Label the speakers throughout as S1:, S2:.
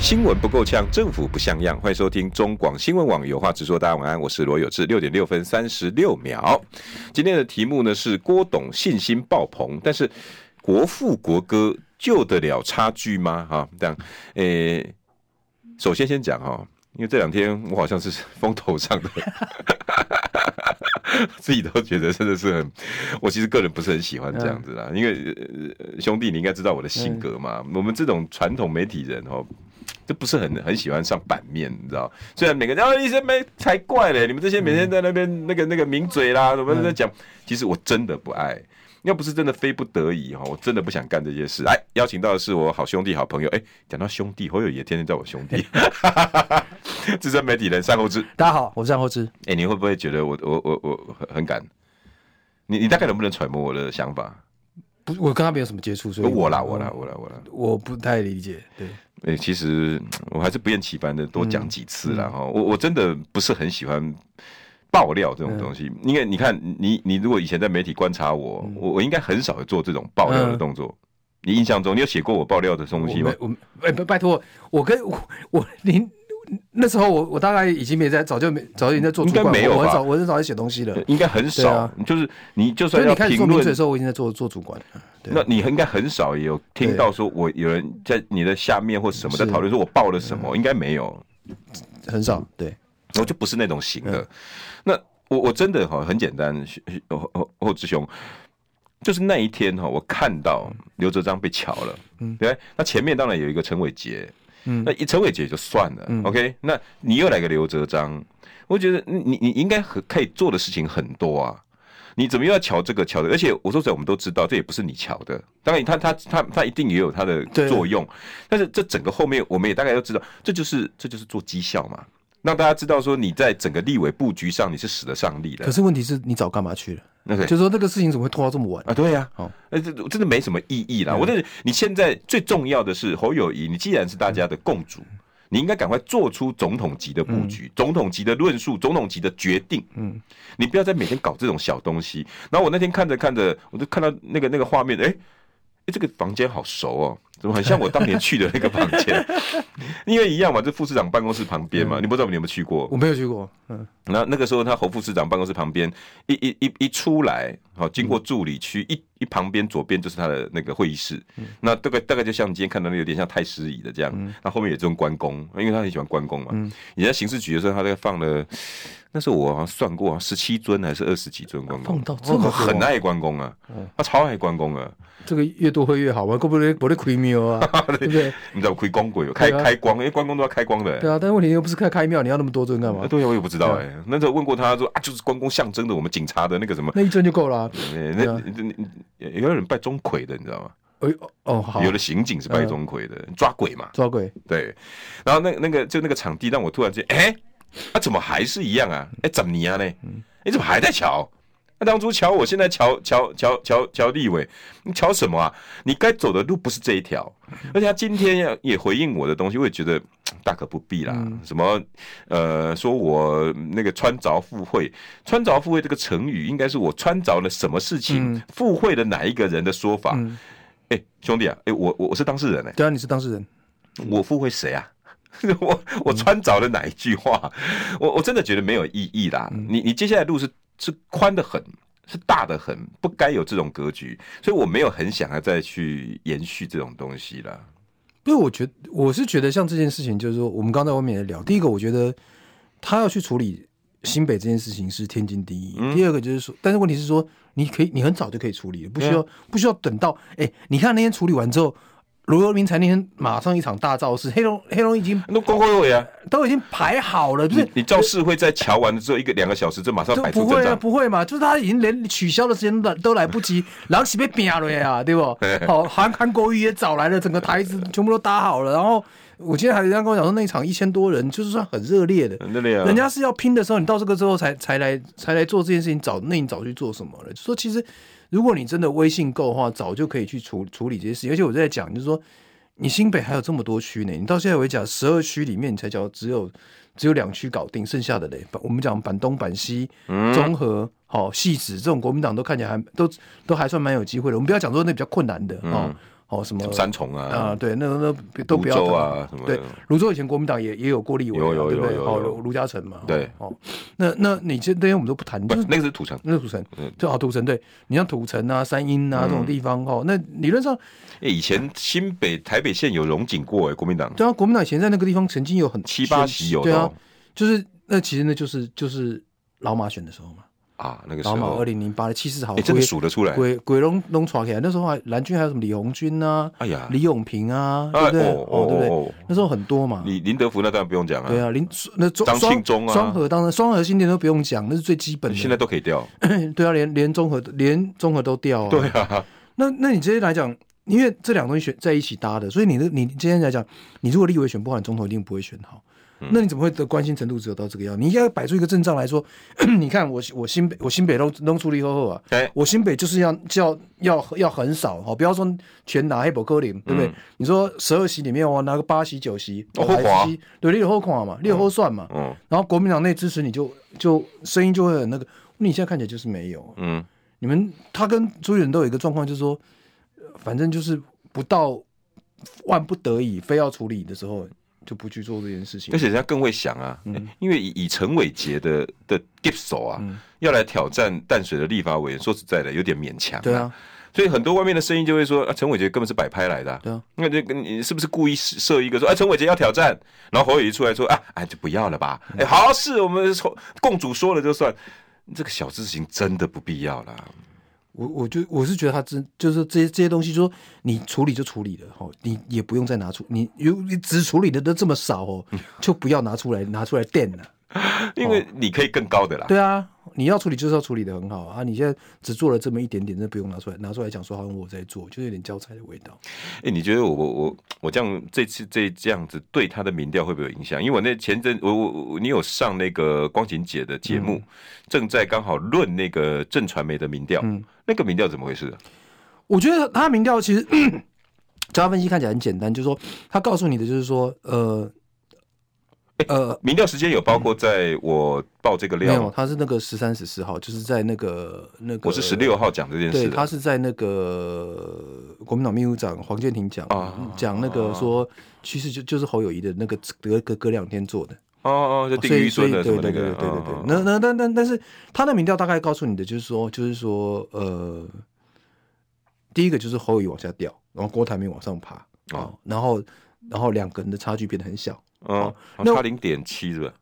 S1: 新闻不够呛，政府不像样。欢迎收听中广新闻网有话直说，大家晚安，我是罗有志。六点六分三十六秒，今天的题目呢是郭董信心爆棚，但是国父国歌救得了差距吗？哈、这样，诶、首先先讲哈、因为这两天我好像是风头上的， 自己都觉得真的是很，我其实个人不是很喜欢这样子啦，因为、呃、兄弟你应该知道我的性格嘛，我们这种传统媒体人哦。就不是很很喜欢上版面，你知道？虽然每个人啊，医生没才怪嘞，你们这些每天在那边、那个那个抿嘴啦，什么在讲，其实我真的不爱。要不是真的非不得已哦哈，我真的不想干这些事。哎，邀请到的是我好兄弟、好朋友。哎，讲到兄弟，侯友也天天叫我兄弟， 资深媒体人善后之。
S2: 大家好，我是张厚之。
S1: 哎、你会不会觉得我我我我很很敢？你你大概能不能揣摩我的想法？
S2: 不，我跟他没有什么接触，所以
S1: 我啦，我啦，，我啦，我啦。
S2: 我不太理解。对，
S1: 哎、其实我还是不厌其烦的多
S2: 嗯
S1: 讲几次啦。哈、我我真的不是很喜欢爆料这种
S2: 嗯
S1: 东西，因为你看，你你如果以前在媒体观察我，
S2: 嗯
S1: 我我应该很少会做这种爆料的动作。你印象中，你有写过我爆料的东
S2: 我
S1: 西吗
S2: 没？我哎、不拜托，我跟我我您那时候我我大概已经没在，早就没早就已经在做主管，
S1: 应该没有
S2: 我很
S1: 吧
S2: 早我很早在写东西了。
S1: 呃应该很
S2: 对
S1: 少，
S2: 啊
S1: 就是你就
S2: 所
S1: 算
S2: 以你
S1: 要
S2: 开始
S1: 评
S2: 做名
S1: 论
S2: 嘴的时候，我已经在做做主管了。对
S1: 那你应该很少也有听
S2: 对
S1: 到说我有人在你的下面或什么在
S2: 是嗯
S1: 讨论说我爆了什么，应该没有，
S2: 很少。对，
S1: 我就不是那种型的。那我我真的哈很简单，后后后志兄，就是那一天哈，我看到刘哲章被巧了，嗯，对，那前面当然有一个陈伟杰，嗯，那一陈伟杰就算了、o k 那你又来个刘哲章，我觉得你你你应该很可以做的事情很多啊。你怎么又要巧这个巧的？而且我说实在，我们都知道这也不是你巧的。当然他，他他他一定也有他的
S2: 对
S1: 作用，但是这整个后面我们也大概都知道，这就是这就是做绩效嘛，让大家知道说你在整个立委布局上你是使得上力的。
S2: 可是问题是你早干嘛去了？
S1: 那个
S2: 就是说那个事情怎么会拖到这么晚？
S1: 啊，对呀、
S2: 好啊
S1: 呃，这真的没什么意义啦。我觉得你现在最重要的是侯友谊，你既然是大家的共主，
S2: 嗯
S1: 你应该赶快做出总统级的布局、总统级的论述、总统级的决定。嗯，你不要再每天搞这种小东西。然后我那天看着看着，我就看到那个那个画面，哎、诶这个房间好熟哦，怎么很像我当年去的那个房 间？因为一样嘛，这副市长办公室旁边
S2: 嗯
S1: 嘛，你不知道你有没有去过？
S2: 我没有去过。嗯，
S1: 那那个时候，他侯副市长办公室旁边一一一一出来，好、经
S2: 嗯
S1: 过助理区一一旁边左边就是他的那个会议室，
S2: 嗯
S1: 那大概大概就像你今天看到那有点像太师椅的这样，那、后面有这种关公，因为他很喜欢关公嘛。
S2: 嗯
S1: 以前刑事局的时候，他大概放了，那时候我好像算过，啊十七尊还是二十几尊关公，
S2: 放到这么多哦
S1: 我很爱关公啊，他超爱关公啊，
S2: 这个越多会越好玩，够不得我的 c r e a m 啊，对不对？
S1: 你知道亏光鬼有开、
S2: 对啊
S1: 开光，因为关公都要开光的、
S2: 对啊，但是问题又不是开开庙，你要那么多尊干
S1: 啊，
S2: 嘛？
S1: 对啊，我也不知道哎、那时候问过他说啊，就是关公象征的我们警察的那个什么
S2: 那一尊就够了啊。
S1: 欸、
S2: 对
S1: 那
S2: 啊
S1: 那那有人拜钟馗的，你知道吗？
S2: 哎呦哦，好嗯
S1: 有，的刑警是拜钟馗的，抓鬼嘛。
S2: 抓鬼。
S1: 对，然后那那个就那个场地让我突然间，哎、啊怎么还是一样啊？哎、怎么你啊呢？你、怎么还在瞧？那、当初瞧我，现在瞧瞧瞧瞧瞧立伟，你瞧什么啊？你该走的路不是这一条，而且他今天要也回应我的东西，我也觉得大可不必啦。什么呃，说我那个穿着附会，穿着附会这个成语应该是我穿着了什么事情，附会了哪一个人的说法。哎、兄弟啊，哎、我我我是当事人哎、
S2: 对啊，你是当事人。
S1: 我附会谁啊？ 我我穿着了哪一句话？我我真的觉得没有意义啦。你你接下来路是是宽的很，是大的很，不该有这种格局，所以我没有很想要再去延续这种东西啦。
S2: 不是，我觉得我是觉得像这件事情，就是说我们刚在外面也聊，第一个我觉得他要去处理新北这件事情是天经地义，第二个就是说，但是问题是说，你可以你很早就可以处理了，不需要、不需要等到哎、你看那天处理完之后。罗游明才那天马上一场大造势，黑龙黑龙已经
S1: 那公公会啊，
S2: 都已经排好了，就是
S1: 你你肇事会在瞧完了之后一个两个小时就马上
S2: 就
S1: 摆
S2: 不
S1: 出
S2: 会
S1: 正
S2: 啊，
S1: 账。
S2: 不会嘛，就是他已经连取消的时间都都来 不及，然后是被啊扁了呀，对不？好，韩韩国瑜也找来了，整个台子全部都搭好了，然后我今天还有人家跟我讲说，那一场一千多人，就是算很热烈的。
S1: 很热烈啊，
S2: 人家是要拼的时候，你到这个之后才才来才来做这件事情，早那你早去做什么了？就说其实如果你真的微信够的话，早就可以去处处理这些事情。而且我在讲，就是说你新北还有这么多区呢，你到现在为止，十二区里面你才讲只有只有两区搞定，剩下的嘞，板我们讲板东、板西、中和、好、戏子这种国民党都看起来还都都还算蛮有机会的。我们不要讲说那比较困难的哦哦什么
S1: 三重啊，
S2: 啊，对，那那都
S1: 泸
S2: 不要
S1: 州
S2: 谈
S1: 啊什么的
S2: 对，泸州以前国民党也也有过立委嘛，
S1: 有有
S2: 对不对？
S1: 有有
S2: 哦，
S1: 有
S2: 卢卢嘉诚嘛，
S1: 对
S2: 哦，那那你这那些我们都不谈，
S1: 不
S2: 就是，
S1: 那个是土城，
S2: 那是土城
S1: 嗯，
S2: 就哦好土城，对你像土城啊、三鹰啊这种地方哦，那理论上，
S1: 哎，以前新北台北县有荣景过哎，国民党
S2: 对啊，国民党以前在那个地方曾经有很
S1: 七八席有
S2: 对
S1: 的
S2: 啊
S1: 哦，
S2: 就是那其实那就是就是老马选的时候嘛，
S1: 啊，那个时
S2: 老马
S1: 候
S2: 二，零零八的气势好
S1: 哎，真的
S2: 鬼
S1: 数得出来，
S2: 鬼鬼龙龙闯起来，那时候还蓝军还有什么李红军啊、
S1: 哎呀，
S2: 李永平啊，对
S1: 哎
S2: 不对？
S1: 哦
S2: 哦，对不对？
S1: 哦哦，
S2: 那时候很多嘛，
S1: 李林德福那当然不用讲
S2: 对
S1: 啊，
S2: 啊，林那中
S1: 张
S2: 双
S1: 庆忠啊
S2: 双核当然双核新店都不用讲，那是最基本的。
S1: 现在都可以掉，
S2: 对啊，连连综合连综合都掉啊。
S1: 对，啊，
S2: 那那你直接来讲，因为这两个东西选在一起搭的，所以你的你今天来讲，你如果立委选不好，你总统一定不会选好。
S1: 嗯
S2: 那你怎么会的关心程度只有到这个样？你应该摆出一个阵仗来说， 你看我我新北我新北都弄出力后后啊，
S1: 哎，
S2: 我新北就是要要要要很少哦，不要说全拿黑博科林，对不对？你说十二席里面哦我拿个八席九席，
S1: 嗯哦
S2: 我还
S1: 后款啊
S2: 是对，你有后款嘛，你有后算嘛，
S1: 嗯
S2: 然后国民党内支持你就就声音就会很那个，你现在看起来就是没有。
S1: 嗯，
S2: 你们他跟朱立伦都有一个状况，就是说，呃反正就是不到万不得已非要处理的时候，就不去做这件事情
S1: 而。且人家更会想啊，因为以以陈伟杰的的 d i p 手嗯啊，要来挑战淡水的立法委员，说实在的，有点勉强、
S2: 对啊，
S1: 所以很多外面的声音就会说，啊，陈伟杰根本是摆拍来的、
S2: 对啊，
S1: 那这个你是不是故意设一个说，啊，陈伟杰要挑战，然后侯友谊出来说，啊，哎，就不要了吧，哎，好，是我们共主说了就算，这个小事情真的不必要啦。
S2: 我我就我是觉得他真就是这些这些东西，就说你处理就处理了哦，你也不用再拿出你有你只处理的都这么少哦，
S1: 嗯
S2: 就不要拿出来拿出来垫了。
S1: 因为你可以更高的啦，
S2: 对啊，你要处理就是要处理的很好啊！啊你现在只做了这么一点点，真的不用拿出来拿出来讲说好像我在做，就是有点交差的味道。
S1: 哎、你觉得我我我我这样这次这这样子对他的民调会不会有影响？因为我那前阵我我我你有上那个光晴姐的节目，
S2: 嗯
S1: 正在刚好论那个正传媒的民调，
S2: 嗯
S1: 那个民调怎么回事？
S2: 我觉得他民调其实，交叉分析看起来很简单，就是说他告诉你的就是说，呃，呃，
S1: 民调时间有包括在我报这个
S2: 没有，
S1: 料，
S2: 他是那个十三十四号，就是在那个那个
S1: 我是十六号讲这件
S2: 对
S1: 事
S2: 他
S1: 的。
S2: 是在那个国民党秘书长黄建庭讲
S1: 啊
S2: 讲那个说，其实就就是侯友谊的那个隔隔隔两天做的，
S1: 哦哦，就
S2: 所
S1: 定
S2: 以
S1: 于
S2: 所以
S1: 顺的
S2: 对
S1: 什
S2: 对
S1: 么
S2: 对
S1: 那
S2: 对
S1: 个，
S2: 对对
S1: 嗯，
S2: 那那但但但是他的民调大概告诉你的就是说，就是说，呃，第一个就是侯友宜往下掉，然后郭台铭往上爬
S1: 哦
S2: 啊，然后然后两个人的差距变得很小，
S1: 嗯嗯，
S2: 那
S1: 差零点七是吧？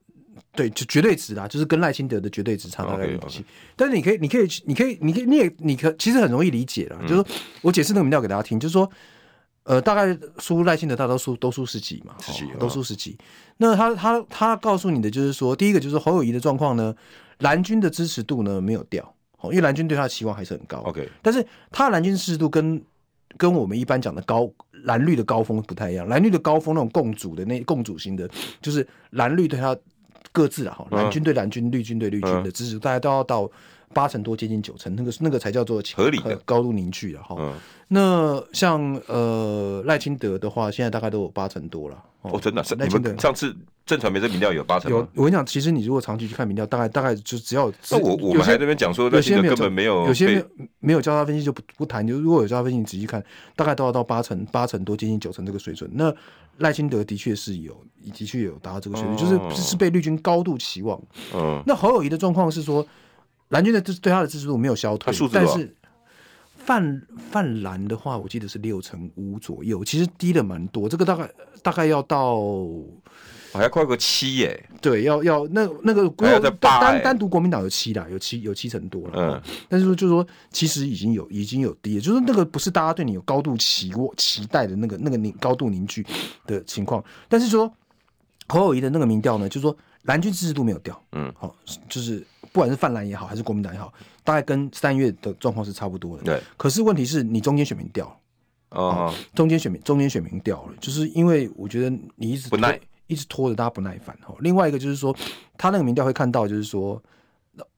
S2: 对，就绝对值啦，就是跟赖清德的绝对值差大概一
S1: OK，OK
S2: 起。但是你可以，你可以，你可以，你可以，你也，你可其实很容易理解
S1: 嗯
S2: 啦。就是说我解释那个民调给大家听，就是说，呃，大概输赖清德大多数都输十几嘛，
S1: 十几
S2: 哦
S1: 嗯
S2: 都输十几。那他他他告诉你的就是说，第一个就是侯友谊的状况呢，蓝军的支持度呢没有掉，哦，因为蓝军对他的期望还是很高。
S1: OK，
S2: 但是他的蓝军支持度跟跟我们一般讲的高蓝绿的高峰不太一样，蓝绿的高峰那种共主的那共主型的，就是蓝绿对他各自啊，哈，
S1: 嗯
S2: 蓝军对蓝军，绿军对绿军的支持度，大概都要到八成多，接近九成，那个那个才叫做呃
S1: 合理的
S2: 高度凝聚了啊哈。
S1: 嗯，
S2: 那像呃赖清德的话，现在大概都有八成多了。
S1: 哦，真的，是
S2: 赖
S1: 你
S2: 清德
S1: 们上次正传媒这民调有八成
S2: 有
S1: 吗？
S2: 我跟你讲，其实你如果长期去看民调，大概大概就只要
S1: 那我我
S2: 有
S1: 们
S2: 些
S1: 还在那边讲说，
S2: 有
S1: 赖
S2: 些
S1: 清
S2: 没
S1: 德
S2: 有
S1: 根本没有
S2: 有些没
S1: 被
S2: 有没有交叉分析就不不谈，就如果有交叉分析，你仔细看，大概都要到八成、八成多，接近九成这个水准。那赖清德的确是有，的确有达到这个水准，
S1: 哦
S2: 就是是被绿军高度期望。
S1: 嗯，
S2: 那侯友谊的状况是说，蓝军的支对他的支持度没有消退
S1: 他数，字
S2: 但
S1: 多少
S2: 是泛泛蓝的话，我记得是六成五左右，其实低了蛮多，这个大概大概要到。
S1: 我还快过七耶，
S2: 对，要要那那个
S1: 还要再
S2: 单
S1: 扒
S2: 单
S1: 欸
S2: 单独国民党有七啦，有七有七成多了。
S1: 嗯
S2: 但是说就是说，其实已经有已经有低了，就是那个不是大家对你有高度期望期待的那个那个凝高度凝聚的情况。但是说侯友谊的那个民调呢，就是说蓝军支持度没有掉，
S1: 嗯，
S2: 好、就是不管是泛蓝也好，还是国民党也好，大概跟三月的状况是差不多的。
S1: 对，
S2: 可是问题是你中间选民掉了，
S1: 哦，
S2: 中间选民中间选民掉了，就是因为我觉得你一直
S1: 不
S2: 拖
S1: 耐，
S2: 一直拖着大家不耐烦哦。另外一个就是说，他那个民调会看到，就是说，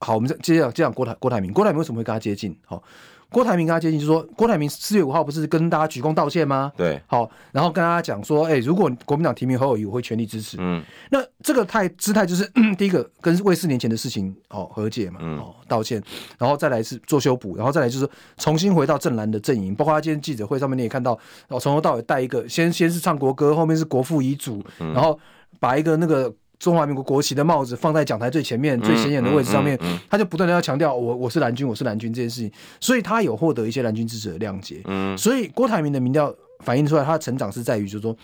S2: 好，我们再接着讲接着讲郭台郭台铭，郭台铭为什么会跟他接近？好、郭台铭跟他接近，就是说郭台铭四月五号不是跟大家鞠躬道歉吗？
S1: 对，
S2: 好，然后跟大家讲说，哎、如果国民党提名侯友谊，我会全力支持。
S1: 嗯
S2: 那这个态姿态就是、嗯第一个跟为四年前的事情哦和解嘛，哦道歉，然后再来是做修补，然后再来就是重新回到正蓝的阵营，包括他今天记者会上面你也看到，哦从头到尾带一个先先是唱国歌，后面是国父遗嘱，然后把一个那个。中华民国国旗的帽子放在讲台最前面、最显眼的位置上面，他就不断的要强调我我是蓝军，我是蓝军这件事情，所以他有获得一些蓝军支持的谅解。
S1: 嗯
S2: 所以郭台铭的民调反映出来，他的成长是在于，就是说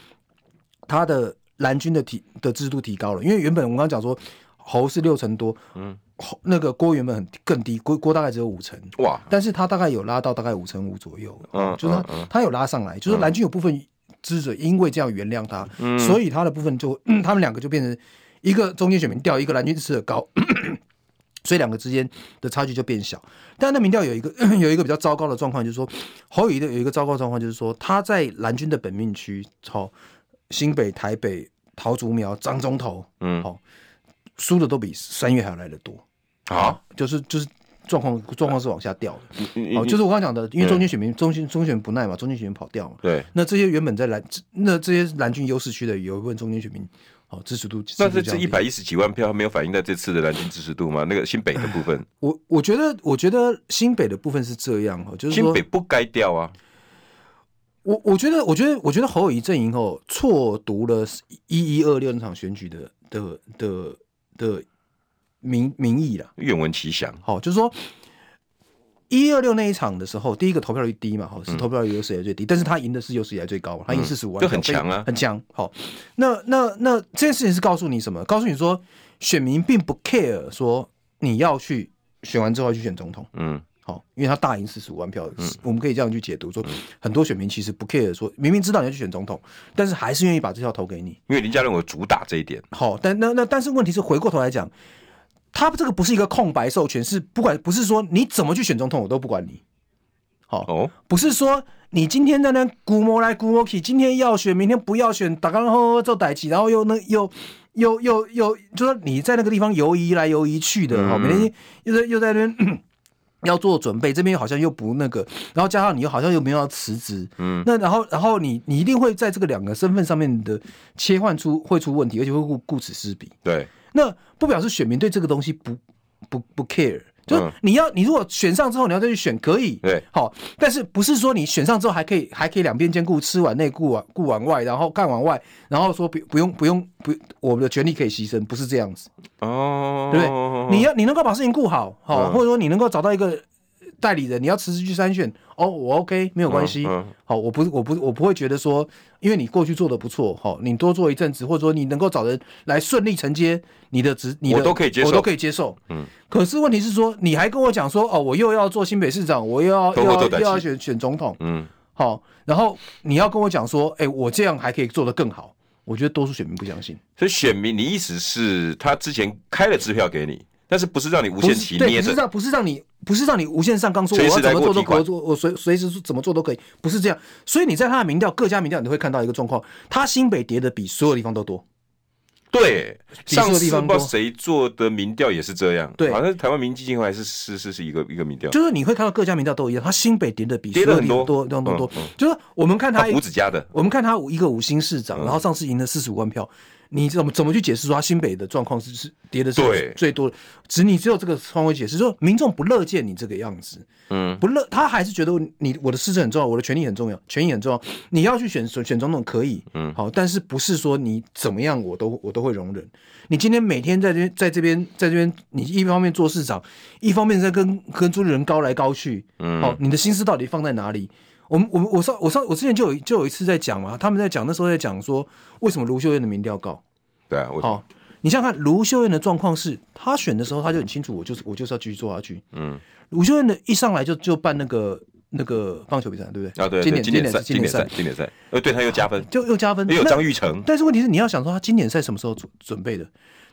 S2: 他的蓝军的提的制度提高了，因为原本我们刚刚讲说侯是六成多，嗯，侯那个郭原本很更低，郭郭大概只有五成，
S1: 哇，
S2: 但是他大概有拉到大概五成五左右，
S1: 嗯
S2: 就是他、他有拉上来，就是蓝军有部分支持者因为这样原谅他，
S1: 嗯
S2: 所以他的部分就、嗯他们两个就变成一个中间选民掉，一个蓝军支持者高。 所以两个之间的差距就变小，但那民调有一个 有一个比较糟糕的状况，就是说侯友谊的有一个糟糕的状况，就是说他在蓝军的本命区，好、新北、台北、桃竹苗、彰中头，
S1: 嗯
S2: 好、输的都比三月还要来的多，
S1: 好，
S2: 就是就是状况状况是往下掉的。
S1: 你你
S2: 哦，就是是我刚刚讲的，因为中间选民、中间中间选民不耐嘛，中间选民跑掉嘛，
S1: 对，
S2: 那这些原本在蓝，那这些蓝军优势区的有一部分中间选民，哦，支持度，
S1: 但
S2: 支
S1: 是
S2: 持
S1: 这
S2: 度降低
S1: 一百一十几万票没有反映在这次的蓝军支持度吗？那个新北的部分，
S2: 我我觉得，我觉得新北的部分是这样哦，就是
S1: 新
S2: 说
S1: 北，不该掉啊，
S2: 我我觉得，我觉得，我觉得侯友谊阵营哦，错读了一一二六那场选举的的的的民民意啦，
S1: 愿闻其详。
S2: 好、就是说一二六那一场的时候，第一个投票率低嘛，好、
S1: 嗯
S2: 是投票率有史以来最低，但是他赢的是有史以来最高嘛，他赢四十五万
S1: 这
S2: 票，
S1: 很强啊
S2: 非很强。好、那那那这件事情是告诉你什么？告诉你说，选民并不 care 说你要去选完之后要去选总统。
S1: 嗯
S2: 好、因为他大赢四十五万票，我们可以这样去解读，说
S1: 嗯
S2: 很多选民其实不 care，说明明知道你要去选总统，但是还是愿意把这票投给你。
S1: 因为林佳龙有主打这一点，
S2: 好，但那那但是问题是，回过头来讲，他这个不是一个空白授权，是不管不是说你怎么去选总统，我都不管你。好、
S1: 哦，
S2: 不是说你今天在那估摸来估摸去，今天要选，明天不要选，打刚后做歹起，然后又那又又又又，就说你在那个地方游移来游移去的，好、每天又在又在那边。 要做准备，这边好像又不那个，然后加上你又好像又没有要辞职，嗯，那然后然后你你一定会在这个两个身份上面的切换出会出问题，而且会顾顾此失彼。
S1: 对，
S2: 那不表示选民对这个东西不不不 care。就是
S1: 嗯
S2: 你要，你如果选上之后，你要再去选可以，
S1: 对
S2: 好，但是不是说你选上之后还可以还可以两边兼顾，吃完内顾完顾完外，然后干完外，然后说不不用不用不，我们的权利可以牺牲，不是这样子，
S1: 哦，
S2: 对不对？你要你能够把事情顾好，好，
S1: 嗯
S2: 或者说你能够找到一个代理人，你要辞职去参选，哦，我 OK 没有关系，
S1: 嗯嗯
S2: 好，我不我不我不会觉得说，因为你过去做的不错，好，你多做一阵子，或者说你能够找人来顺利承接你的职，你的
S1: 我都可以接受
S2: 我都可以接受，嗯。可是问题是说，你还跟我讲说，哦，我又要做新北市长，我又要
S1: 都
S2: 又
S1: 我都
S2: 要
S1: 得
S2: 又
S1: 去
S2: 要选选总统，
S1: 嗯，
S2: 好，然后你要跟我讲说，哎，我这样还可以做得更好，我觉得多数选民不相信。
S1: 所以选民，你意思是他之前开了支票给你，但是不是让你无
S2: 不
S1: 限
S2: 是
S1: 期
S2: 对，
S1: 捏
S2: 不是
S1: 着？
S2: 让不是让你不是让你无限上纲，说我
S1: 随
S2: 要
S1: 时
S2: 怎
S1: 来
S2: 么
S1: 过
S2: 做都
S1: 提款
S2: 可以，我随随时怎么做都可以，不是这样。所以你在他的民调，各家民调你都会看到一个状况，他新北跌的比所有地方都多。
S1: 嗯对，
S2: 比数
S1: 上
S2: 的
S1: 次
S2: 地
S1: 不
S2: 方
S1: 知
S2: 多
S1: 道谁做的民调也是这样，
S2: 对
S1: 好像是台湾民基金会还是是是是一个一个民调，
S2: 就是你会看到各家民调都一样，他新北跌的比
S1: 跌
S2: 所有
S1: 得
S2: 地
S1: 很
S2: 方
S1: 多
S2: 多多多多
S1: 嗯嗯，
S2: 就是我们看
S1: 他嗯
S2: 他
S1: 胡子家的，
S2: 我们看他一个五星市长，然后上次赢了四十五万票，你怎么怎么去解释说他新北的状况是是跌的
S1: 对
S2: 是最多的？只你只有这个方位解释，说民众不乐见你这个样子，嗯，不乐，他还是觉得你我的市政很重要，我的权利很重要，权益很重要，你要去选选选总统可以，嗯，好，但是不是说你怎么样我都我都会容忍。你今天每天在这边在这边在这边，你一方面做市长，一方面在跟跟朱立伦高来高去，嗯，好，你的心思到底放在哪里？我们我们我上我上我之前就有就有一次在讲嘛，他们在讲那时候在讲说为什么卢秀燕的民调高。
S1: 对啊，我
S2: 好、你想想看卢秀燕的状况是，她选的时候她就很清楚，我就是我就是要继续做下去。
S1: 嗯，
S2: 卢秀燕的一上来就就办那个那个棒球比赛，对不对？
S1: 啊对，
S2: 今
S1: 对
S2: 年
S1: 经
S2: 今
S1: 典
S2: 年
S1: 赛，
S2: 是
S1: 经典赛，
S2: 赛
S1: 经典赛，呃，对他又加分，
S2: 就又加分，
S1: 也有
S2: 那
S1: 张玉成，
S2: 但是问题是，你要想说他经典赛什么时候准准备的？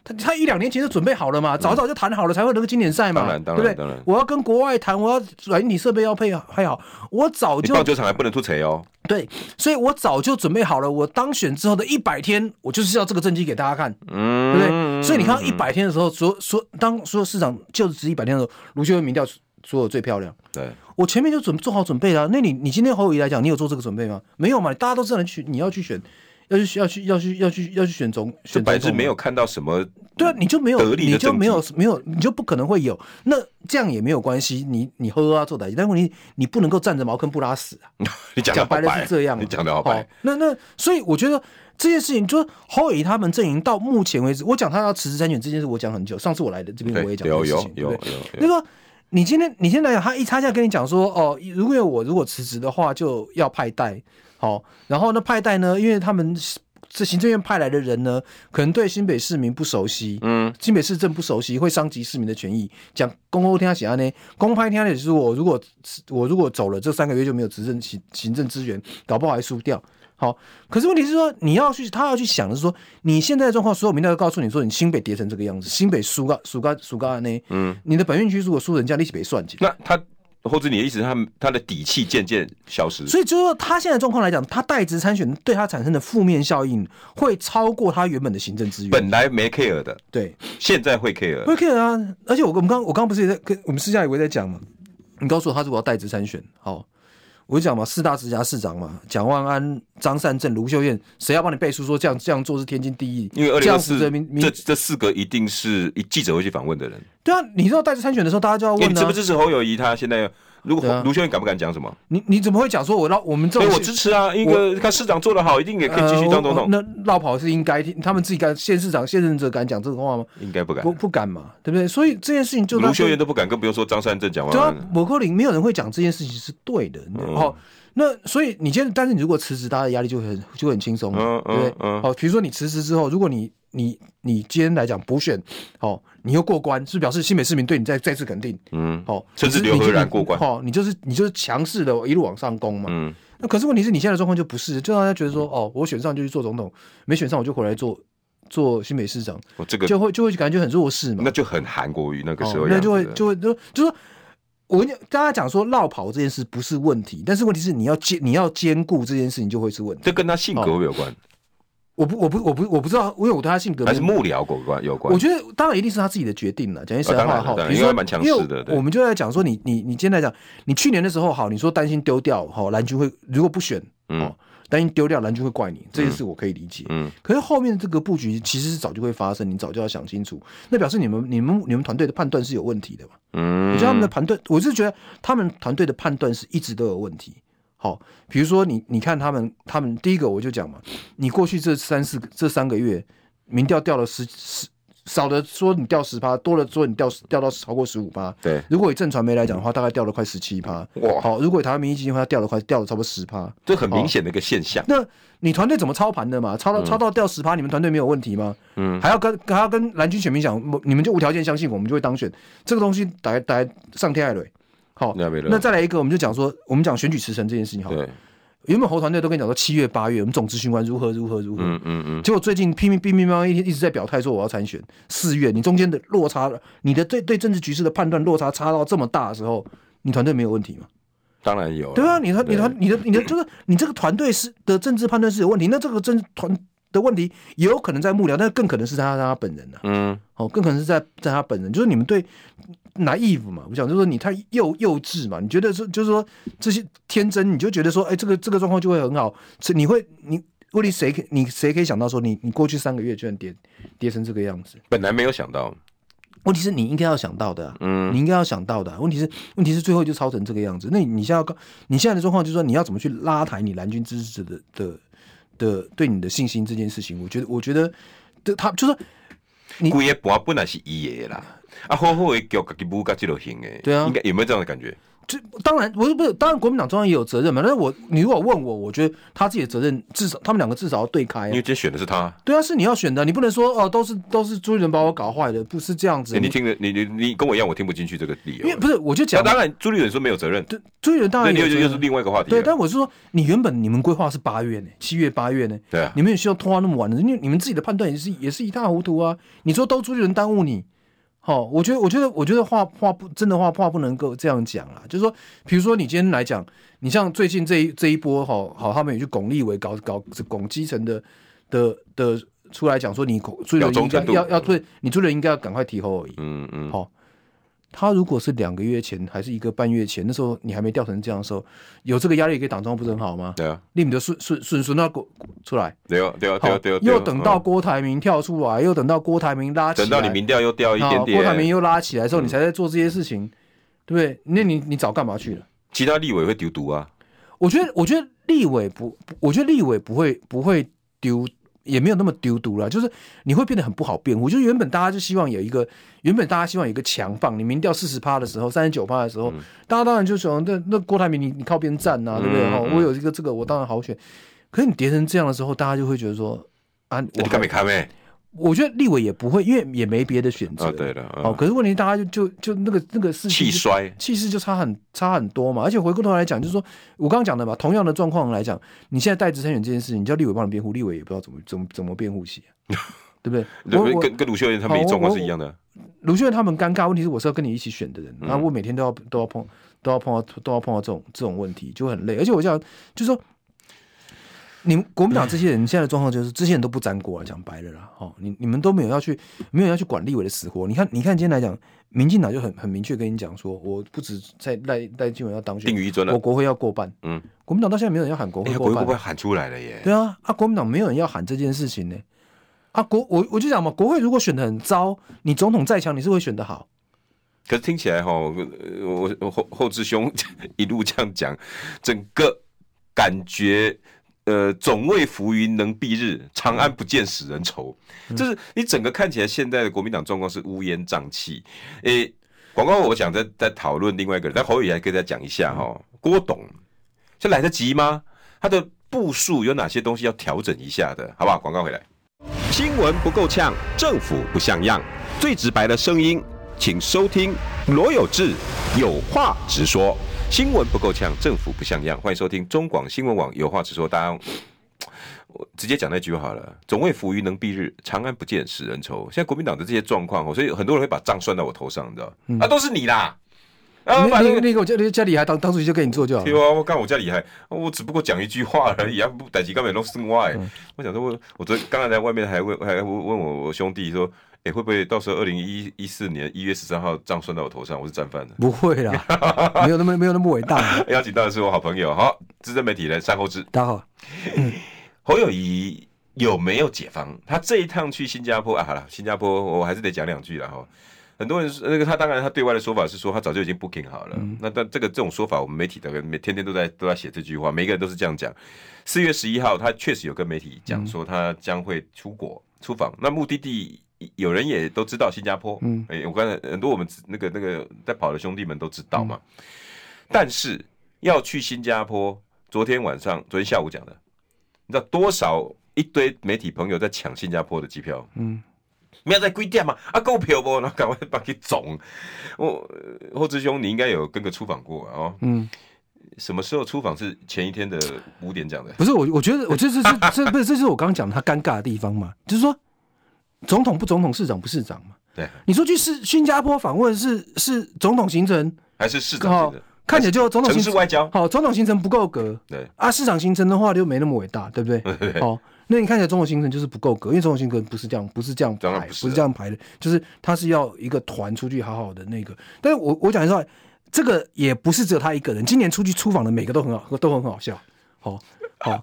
S2: 他他一两年前就准备好了嘛，早早就谈好了，才会有那个经典赛
S1: 嗯
S2: 嘛，
S1: 当然当
S2: 对
S1: 然
S2: 不对？
S1: 当然
S2: 我要跟国外谈，我要软体设备要配配好，我早
S1: 你
S2: 就
S1: 棒球场还不能吐槽哦，
S2: 对，所以我早就准备好了，我当选之后的一百天，我就是要这个政绩给大家看，
S1: 嗯，
S2: 对不对？所以你看到一百天的时候，所所当所有市长就职一百天的时候，卢秀燕民调所有最漂亮。
S1: 对，
S2: 我前面就准做好准备了、啊那你你今天侯友谊来讲，你有做这个准备吗？没有嘛？大家都知道你去你要去选，要去要去要去要去要去选总
S1: 就
S2: 选
S1: 白是
S2: 总统嘛
S1: 没有看到什么，
S2: 对啊，你就没有
S1: 得力的
S2: 你就
S1: 政
S2: 没有没有你就不可能会有。那这样也没有关系，你你喝啊做歹，但问题你不能够站着茅坑不拉屎啊。
S1: 你讲的好
S2: 讲白了是这样嘛，哦
S1: 你讲啊的好白，
S2: 那那所以我觉得这件事情，就是侯友谊他们阵营到目前为止，我讲他要辞职参选这件事，我讲很久。上次我来的这边
S1: 对
S2: 我也讲这
S1: 有
S2: 个事
S1: 有
S2: 情，对
S1: 有
S2: 不
S1: 有
S2: 对？那个你今天你今天来讲，他一差价跟你讲说，哦，如果我如果辞职的话，就要派代，好、然后呢派代呢，因为他们这行政院派来的人呢，可能对新北市民不熟悉，
S1: 嗯，
S2: 新北市政不熟悉，会伤及市民的权益。讲公啊欧天下案呢，公派天下就是我如果我如果走了这三个月就没有执政行行政资源，搞不好还输掉。好，可是问题是说，你要去，他要去想的是说，你现在的状况，所有民调都告诉你说，你新北跌成这个样子，新北输个输个输个呢，
S1: 嗯，
S2: 你的本院区如果输人家，你起别算计。
S1: 那他或者你的意思，他他的底气渐渐消失，
S2: 所以就是说，他现在的状况来讲，他代职参选对他产生的负面效应会超过他原本的行政资源。
S1: 本来没 care 的，
S2: 对，
S1: 现在会 care，
S2: 会 care 啊！而且我我们刚我刚不是也在跟我们私下也会在讲嘛，你告诉我他如果要代职参选，好，我就讲嘛，四大直辖市长嘛，蒋万安、张善政、卢秀燕，谁要帮你背书说这样这样做是天经地义？
S1: 因为二
S2: 这
S1: 零二
S2: 样负
S1: 四
S2: 责民民
S1: 这这四个一定是一记者会去访问的人，
S2: 对啊，你知道代职参选的时候，大家就要
S1: 因为
S2: 问啊
S1: 你支
S2: 呢、
S1: 不支持侯友谊？他现在如
S2: 对啊
S1: 果卢秀燕敢不敢讲什么？
S2: 你你怎么会讲说我让我们这
S1: 所以
S2: 种
S1: 我支持啊，一个看市长做得好，一定也可以继续当总
S2: 呃我
S1: 统，
S2: 我那绕跑是应该，他们自己敢县市长、县任者敢讲这种话吗？
S1: 应该不敢
S2: 不。不敢嘛，对不对？所以这件事情就
S1: 卢秀燕都不敢，更不用说张善政讲
S2: 对啊
S1: 完。，
S2: 某个领没有人会讲这件事情是对的。
S1: 嗯
S2: 哦，那所以你今天，但是你如果辞职，大家的压力就会很就会很轻松嘛，
S1: 嗯
S2: 对不对哦
S1: 嗯？嗯
S2: 好、比如说你辞职之后，如果你你你今天来讲补选，哦，你又过关，是表示新北市民对你再再次肯定，
S1: 嗯，
S2: 哦，
S1: 甚至
S2: 你是
S1: 刘和然
S2: 你
S1: 过关
S2: 哦，你就是你就是强势的一路往上攻嘛，
S1: 嗯，
S2: 那可是问题是你现在的状况就不是，就让大家觉得说，哦，我选上就去做总统，没选上我就回来做做新北市长，
S1: 我这个
S2: 就会就会感觉很弱势嘛
S1: 那。就很韩国语那个时候
S2: 哦，
S1: 样子
S2: 那就
S1: 的，
S2: 会就会就就说，我跟你讲大家讲说绕跑这件事不是问题，但是问题是你要兼你要兼顾这件事情就会是问题。
S1: 这跟他性格会不会有关，
S2: 我不我不我不我不知道，因为我对他性格
S1: 还是
S2: 没有。
S1: 幕僚有关有关
S2: 我？觉得当然一定是他自己的决定了。讲句实在话
S1: 啊当然
S2: 哈
S1: 当，然
S2: 比如
S1: 因为
S2: 说
S1: 他蛮强势
S2: 因为
S1: 的对
S2: 我们就在讲说你你你今天来讲，你去年的时候好，你说担心丢掉哈，蓝军会如果不选，
S1: 嗯
S2: 哦，担心丢掉蓝军会怪你，这件事我可以理解。
S1: 嗯，
S2: 可是后面这个布局其实是早就会发生，你早就要想清楚，那表示你们你们你们团队的判断是有问题的嘛？
S1: 嗯，
S2: 我觉得他们的判断，我是觉得他们团队的判断是一直都有问题。好，比如说你，你看他们，他们第一个我就讲嘛，你过去这三四这三个月，民调掉了十十，少的说你掉十趴，多了说你掉掉到超过十五趴。
S1: 对，
S2: 如果以正传媒来讲的话，大概掉了快十七趴。
S1: 哇
S2: 好，如果以台湾民意基金会，它掉了快掉了差不多十趴。
S1: 这很明显的一个现象。
S2: 那你团队怎么操盘的嘛？操到操到掉十趴，你们团队没有问题吗？
S1: 嗯，
S2: 还要跟还要跟蓝军选民讲，我你们就无条件相信我们就会当选，这个东西打打上天爱蕊。好，
S1: 那没了
S2: 那再来一个，我们就讲说，我们讲选举辞呈这件事情好了。
S1: 对，
S2: 原本侯团队都跟你讲说七月八月我们总咨询完如何如何如何，
S1: 嗯嗯嗯，
S2: 结果最近拼命拼命乓一天一直在表态说我要参选。四月你中间的落差，你的对对政治局势的判断落差差到这么大的时候，你团队没有问题吗？
S1: 当然有了。
S2: 对啊，你团你
S1: 对
S2: 团你的你的就是你这个团队是的政治判断是有问题，那这个政团的问题也有可能在幕僚，但更可能是他他本人呐、
S1: 嗯，
S2: 哦，更可能是在在他本人，就是你们对 naive 嘛，我想就是说你太幼幼稚嘛，你觉得说就是说这些天真，你就觉得说，哎，这个这个状况就会很好，这你会你问题谁可你谁可以想到说你你过去三个月居然跌跌成这个样子？
S1: 本来没有想到，
S2: 问题是你应该要想到的、啊，
S1: 嗯
S2: 你应该要想到的啊、问题是，问题是最后就操成这个样子。那你你现在要告，你现在的状况就是说，你要怎么去拉抬你蓝军支持者的的的对你的信心这件事情，我觉得，我觉得，的他就是说你
S1: 规个盘本来是伊的啦，啊，好好的局自己舞到这就行诶。
S2: 对啊
S1: 应该有没有这样的感觉？
S2: 就当然，我是不是当然，国民党中央也有责任嘛。但是我你如果问我，我觉得他自己的责任至少他们两个至少要对开、
S1: 因
S2: 啊
S1: 为。今天选的是他，
S2: 对啊，是你要选的，你不能说哦、都是都是朱立伦把我搞坏的，不是这样子。
S1: 诶哎欸你听着，你你你跟我一样，我听不进去这个理由
S2: 因为。不是，我就
S1: 那
S2: 讲，
S1: 当然，朱立伦说没有责任，
S2: 对朱立伦当
S1: 那
S2: 然
S1: 你
S2: 有
S1: 又
S2: 责
S1: 又
S2: 任
S1: 是另外一个话题了。
S2: 对，但我是说，你原本你们规划是八月呢，七月八月呢，
S1: 对啊
S2: 你们也需要拖到那么晚的，因为你们自己的判断也是也是一塌糊涂啊。你说都朱立伦耽误你，好、我觉得，我觉得，我觉得话话不真的话话不能够这样讲啦。就是说，比如说你今天来讲，你像最近这一这一波，哈、好，他们也去巩立伟搞搞拱基层的的的出来讲说你拱追人
S1: 要忠
S2: 应该
S1: 诚度
S2: 要要对你追人应该要赶快提后而已。
S1: 嗯嗯，
S2: 好、他如果是两个月前还是一个半月前，那时候你还没掉成这样的时候，有这个压力给党中央不是很好吗？
S1: 对啊，
S2: 你们就顺顺顺顺到国出来，
S1: 对啊，对啊，
S2: 好
S1: 对啊，对啊，对啊
S2: 又等到郭台铭跳出来，又等到郭台铭拉
S1: 嗯
S2: 起来，
S1: 等
S2: 啊
S1: 到你民调又掉一点
S2: 好郭台铭
S1: 点，嗯
S2: 又拉起来之后，你才在做这些事情，对不对？那你你早干嘛去了？
S1: 其他立委会丢毒啊，
S2: 我觉得，我觉得立委不，我觉得立委不会不会丢，也没有那么丢毒了。就是你会变得很不好辩护。就是原本大家就希望有一个，原本大家希望有一个强棒，你民调四十趴的时候，三十九趴的时候，大家当然就想，那那郭台铭你你靠边站呐、啊，对不对？
S1: 嗯嗯
S2: 哦，我有一个这个，我当然好选。可是你跌成这样的时候，大家就会觉得说啊，
S1: 那
S2: 我
S1: 你看
S2: 还
S1: 没看没？
S2: 我觉得立委也不会，因为也没别的选择。
S1: 啊，对了，
S2: 哦，
S1: 嗯
S2: 可是问题大家就就就那个那个事情
S1: 气
S2: 就
S1: 衰，
S2: 气势就差很差很多嘛。而且回过头来讲，就是说我刚刚讲的嘛，同样的状况来讲，你现在代职参选这件事情，你叫立委帮你辩护，立委也不知道怎么怎么怎么辩护起、对不对？
S1: 对不
S2: 我
S1: 对？
S2: 我
S1: 跟跟鲁秀妍他们
S2: 好
S1: 状况
S2: 我
S1: 是一样的，
S2: 卢秀燕他们尴尬，问题是我是要跟你一起选的人，
S1: 嗯
S2: 然后我每天都要都要碰都要碰到都要碰到这种这种问题，就很累。而且我想就是说。你们国民党这些人现在的状况就是，这些人都不沾锅了，讲白了啦，哦，你你们都没有要去，没有要去管立委的死活。你看，你看今天来讲，民进党就很很明确跟你讲说，我不止在赖赖清文要当选
S1: 定，于一尊了
S2: 我。国会要过半，
S1: 嗯，
S2: 国民党到现在没有人要喊国
S1: 哎
S2: 会
S1: 呀，国会会
S2: 过半，啊
S1: 不会喊出来了耶？
S2: 对啊，啊，国民党没有人要喊这件事情呢、啊，国我我就讲嘛，国会如果选的很糟，你总统再强，你是会选的好，
S1: 可是听起来哈，呃我我后后志兄 一路这样讲，整个感觉。呃，总为浮云能蔽日，长安不见死人愁。
S2: 嗯
S1: 就是你整个看起来，现在的国民党状况是乌烟瘴气。诶、广告我想再再讨论另外一个人，但侯友宜还可以再讲一下哈、
S2: 嗯
S1: 郭董，这来得及吗？他的步数有哪些东西要调整一下的，好不好？广告回来。新闻不够呛，政府不像样，最直白的声音，请收听罗有志有话直说。新闻不够呛，政府不像样，欢迎收听中广新闻网有话直说。大家我 直接讲那句话好了：“总为浮云能蔽日，长安不见死人愁。”现在国民党的这些状况哦，所以很多人会把账算到我头上，你知道？啊，都是你啦！啊，把那
S2: 那那
S1: 个
S2: 那个我家家里还当当初就给你做就好
S1: 对
S2: 了。
S1: 啊，我刚我家里还，我只不过讲一句话而已，啊，不，代志根本都是我的。我想说，我我昨刚才在外面还问，还问问我我兄弟说，哎、会不会到时候二零一一四年一月十三号账算到我头上，我是战犯的。
S2: 不会啦，没有那么没有那么伟大。
S1: 邀请到的是我好朋友，好，资深媒体人山后志
S2: 大家好，
S1: 侯友谊有没有解放？他这一趟去新加坡啊，好了，新加坡我还是得讲两句了哈。很多人说那个他当然他对外的说法是说他早就已经 booking 好了，那但这个这种说法，我们媒体的每天天都在都在写这句话，每个人都是这样讲。四月十一号，他确实有跟媒体讲说他将会出国出访，那目的地。有人也都知道新加坡，嗯
S2: 嗯，
S1: 哎、我刚才很多我们那个那个在跑的兄弟们都知道嘛，但是要去新加坡，昨天晚上，昨天下午讲的，你知道多少一堆媒体朋友在抢新加坡的机票？
S2: 嗯，
S1: 没有在贵店嘛，啊购票不，然后赶快把给总。我呃后志兄，你应该有跟个出访过啊哦。
S2: 嗯，
S1: 什么时候出访是前一天的五点讲的？
S2: 不是我，我觉得我这这这这不是这是我刚刚讲他尴尬的地方嘛，就是说总统不总统，市长不市长嘛。
S1: 对，
S2: 你说去是新加坡访问是是总统行程，
S1: 还是市长
S2: 好
S1: 写的？
S2: 看起来就总统
S1: 城
S2: 行
S1: 市
S2: 程
S1: 外交，
S2: 好，总统行程不够格
S1: 对，
S2: 啊，市长行程的话就没那么伟大，对 不
S1: 对
S2: 对？好，那你看起来总统行程就是不够格，因为总统行程不是这样，不是这样
S1: 当然
S2: 排，
S1: 不
S2: 不
S1: 是啊
S2: 是这样排的，就是他是要一个团出去好好的那个。但是我我讲实话，这个也不是只有他一个人，今年出去出访的每个都很好，都很好笑。好、好、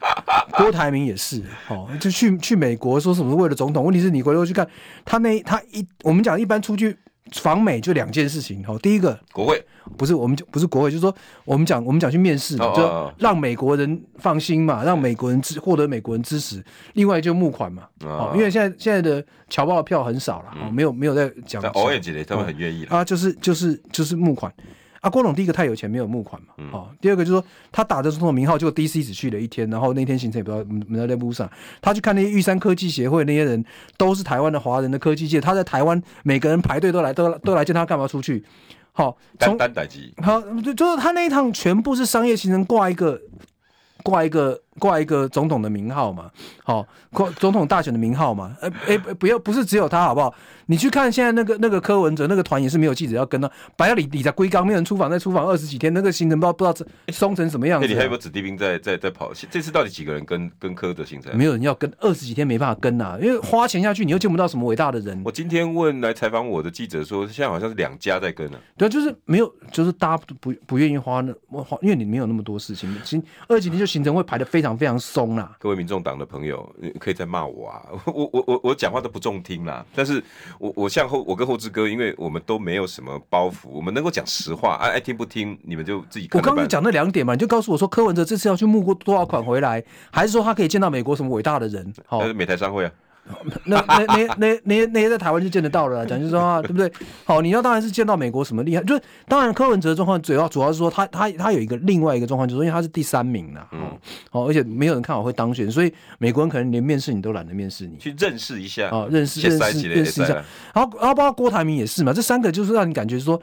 S2: 郭台铭也是，好、就去去美国说什么为了总统，问题是你回头去看他那他一我们讲一般出去访美就两件事情，好、第一个
S1: 国会
S2: 不是我们就不是国会，就是说我们讲我们讲去面试嘛
S1: 哦，哦哦哎
S2: 就让美国人放心嘛，让美国人支获得美国人支持。另外就募款嘛，
S1: 哦嗯
S2: 哦，因为现在现在的侨胞的票很少了，哦，没有没有在讲
S1: 在 Orange 嘞，他们很愿意了。
S2: 啊，就是就是就是募款。啊，郭董第一个太有钱，没有募款嘛。
S1: 嗯
S2: 哦，第二个就是说他打着总统名号，就 DC 只去了一天，然后那天行程也不知道我们我们在内部上，他去看那些玉山科技协会那些人，都是台湾的华人的科技界，他在台湾每个人排队都来都都来见他，干嘛出去？好、从
S1: 单单逮鸡，
S2: 好，就就是他那一趟全部是商业行程，挂一个挂一个挂一个总统的名号嘛，好、挂总统大选的名号嘛，呃，哎、不不要，不是只有他好不好？你去看现在那个那个柯文哲那个团也是没有记者要跟他，白里里在归纲，没有人出访，再出访二十几天，那个行程不知道不知道松成什么样
S1: 那哎
S2: 子、啊
S1: 你还有没有子弟兵在在在跑？这次到底几个人跟跟柯的行程？
S2: 没有人要跟，二十几天没办法跟啊，因为花钱下去你又见不到什么伟大的人，
S1: 我今天问来采访我的记者说，现在好像是两家在跟呢、
S2: 对啊，就是没有，就是大家不不愿意花那花，因为你没有那么多事情，行二十几天就行程会排的非常非常松啊啦、
S1: 各位民众党的朋友，呃可以再骂我啊！ 我我我我讲话都不中听啦。但是我我像后我跟后志哥，因为我们都没有什么包袱，我们能够讲实话，啊爱、爱听不听，你们就自己
S2: 我
S1: 看着办。
S2: 刚刚就讲那两点嘛，你就告诉我说柯文哲这次要去募过多少款回来，还是说他可以见到美国什么伟大的人？好、
S1: 但是美台商会啊，
S2: 那那那那那那些在台湾就见得到了啦，讲句实话，对不对？好，你要当然是见到美国什么厉害，就是当然柯文哲的状况主要主要是说他他他有一个另外一个状况，就是因为他是第三名啦，哦，好、而且没有人看好会当选，所以美国人可能连面试你都懒得面试你。
S1: 去认识一下，
S2: 哦，认识
S1: 切
S2: 认
S1: 塞
S2: 识
S1: 起来
S2: 认识一
S1: 切塞啊
S2: 下
S1: 啦，
S2: 然后然后包括郭台铭也是嘛，这三个就是让你感觉说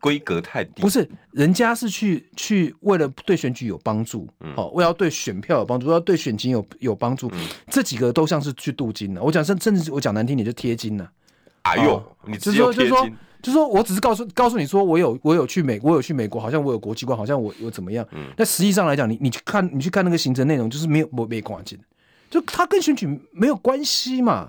S1: 规格太低
S2: 不。是人家是去去为了对选举有帮助，
S1: 嗯
S2: 哦，为了对选票有帮助，要对选情有有帮助，这几个都像是去镀金了。啊我讲甚甚至我讲难听点就贴金了，
S1: 哎呦，
S2: 哦
S1: 你
S2: 就
S1: 只
S2: 是
S1: 有
S2: 说就
S1: 贴
S2: 是说
S1: 金，
S2: 就说我只是告诉告诉你说我有我有去美我有去美国，好像我有国际观，好像我我怎么样？
S1: 嗯
S2: 那实际上来讲，你你去看你去看那个行程内容，就是没有没没关系，就它跟选举没有关系嘛。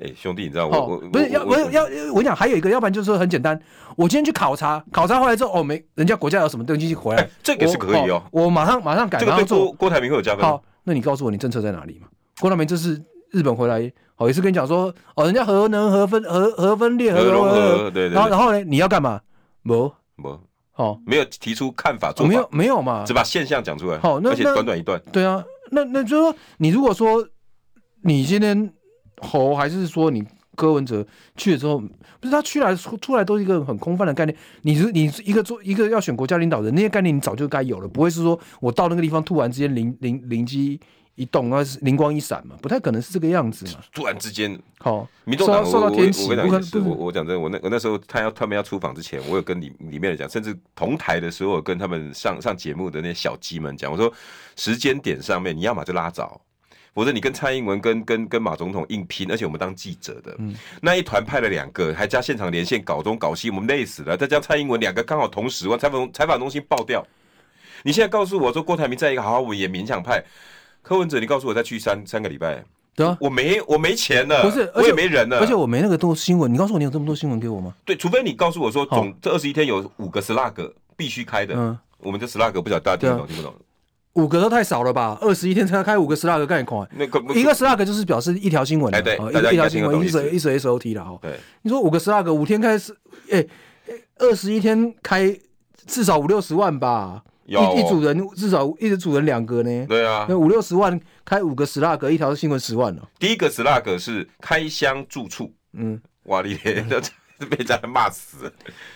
S1: 哎、兄弟，你知道我、
S2: 哦
S1: 我，
S2: 不是要
S1: 我
S2: 我
S1: 我
S2: 要要我讲还有一个，要不然就是说很简单，我今天去考察，考察回来之后，哦，没人家国家有什么东西回来
S1: 哎，这个是可以哦
S2: 我我马上马上改，
S1: 这个
S2: 然
S1: 对
S2: 后
S1: 郭
S2: 做
S1: 郭台铭会有加分吗。
S2: 好。那你告诉我你政策在哪里嘛？郭台铭这次日本回来，哦，也是跟你讲说，哦，人家核能核分核核分裂核
S1: 核融合对对对
S2: 然后然后呢，你要干嘛？没
S1: 不
S2: 哦，
S1: 没有提出看法做法，
S2: 我哦没有没有嘛
S1: 只，把现象讲出来。
S2: 好那
S1: 而且
S2: 那
S1: 短短一段，
S2: 对啊，那那就是说，你如果说你今天侯还是说你柯文哲去了之后，不是他去来出出来都是一个很空泛的概念。你是你是一个做一个要选国家领导人，那些概念你早就该有了，不会是说我到那个地方突然之间灵灵灵机一动，然后是灵光一闪嘛，不太可能是这个样子嘛。
S1: 突然之间，
S2: 好，
S1: 民众
S2: 受
S1: 党
S2: 到
S1: 我
S2: 受到
S1: 我
S2: 天启，
S1: 我
S2: 不
S1: 跟你
S2: 可
S1: 讲也
S2: 能
S1: 是，我我讲真的，我那我那时候他要他们要出访之前，我有跟里里面的讲，甚至同台的所有跟他们上上节目的那些小鸡们讲，我说时间点上面你要么就拉早。否则你跟蔡英文、跟跟跟马总统硬拼，而且我们当记者的、
S2: 嗯
S1: 那一团派了两个，还加现场连线搞东搞西，我们累死了。再加蔡英文两个刚好同时，我采访采访中心爆掉。你现在告诉我说郭台铭在一个好好文也勉强派，柯文哲你告诉我再去三三个礼拜，
S2: 对啊。
S1: 我没我没钱了，
S2: 不是而
S1: 我
S2: 且
S1: 也没人了，
S2: 而且我没那个多新闻，你告诉我你有这么多新闻给我吗？
S1: 对，除非你告诉我说总这二十一天有五个 slug 必须开的，
S2: 哦嗯啊
S1: 我们这 slug 不晓得大家听得懂听不懂？
S2: 五个都太少了吧？二十一天才开五个 slug，干你狂！
S1: 那个
S2: 一个 slug 就是表示一条新闻啊，
S1: 哎对
S2: 哦一
S1: 大家
S2: 个一
S1: 应该
S2: 条
S1: 听
S2: 新
S1: 得懂
S2: 闻，一
S1: 意思
S2: 则一则 SOT 了哦。
S1: 对，
S2: 你说五个 slug，五天开始，哎，二十一天开至少五六十万吧，一
S1: 有哦
S2: 一组人至少一组人两个呢，
S1: 对啊
S2: 那，五六十万开五个 slug，一条新闻十万了，哦
S1: 第一个 slug 是开箱住处，
S2: 嗯，
S1: 哇你连被人家骂死，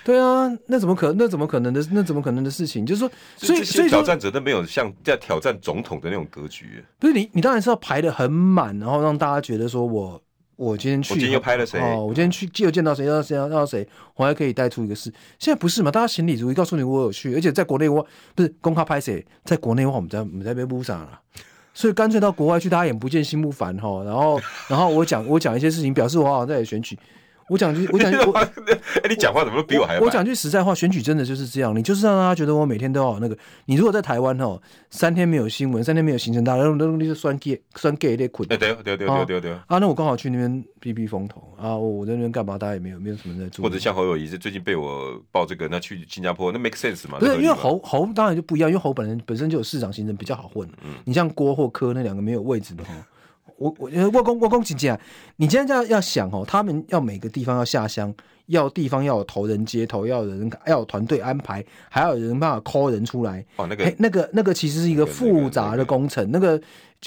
S2: 对啊，那怎么可那怎么可能的那怎么可能的事情？就是说，所以
S1: 这
S2: 所以
S1: 些挑
S2: 说
S1: 战者都没有像在挑战总统的那种格局。
S2: 不是你你当然是要排的很满，然后让大家觉得说我我今天去，
S1: 我今天又拍了谁
S2: 哦，我今天去既有见到谁，见到谁，见到谁，我还可以带出一个事。现在不是嘛？大家行李如意，告诉你我有去，而且在国内外不是公开拍谁，在国内外我们在我们在被污上了。所以干脆到国外去，大家眼不见心不烦哈。然后，然后我讲我讲一些事情，表示我好像在选举。我讲句，我讲句，我
S1: 哎，你讲话怎么都比我还慢
S2: 我讲句实在话，选举真的就是这样，你就是让大家觉得我每天都要有那个。你如果在台湾哦，三天没有新闻，三天没有行程，大家都都都是酸 gay 酸 gay 类捆
S1: 哎，对对对对对对，
S2: 啊。那我刚好去那边避避风头啊，我我在那边干嘛？大家也没有没有什么人在做
S1: 或。者像侯友谊是最近被我报这个，那去新加坡那 make sense 嘛？
S2: 不
S1: 那
S2: 是
S1: 合
S2: 因
S1: 理
S2: 为
S1: 嘛
S2: 侯侯当然就不一样，因为侯本人本身就有市长行程比较好混。
S1: 嗯
S2: 你像郭或柯那两个没有位置的哈，哦我我呃我公我公请假，你今天要要想哦，他们要每个地方要下乡，要地方要有头人接头，要有人要有团队安排，还要有人办法 call 人出来，
S1: 哦那
S2: 哎
S1: 个，
S2: 那个那个其实是一个
S1: 那个那个
S2: 复杂的工程。那个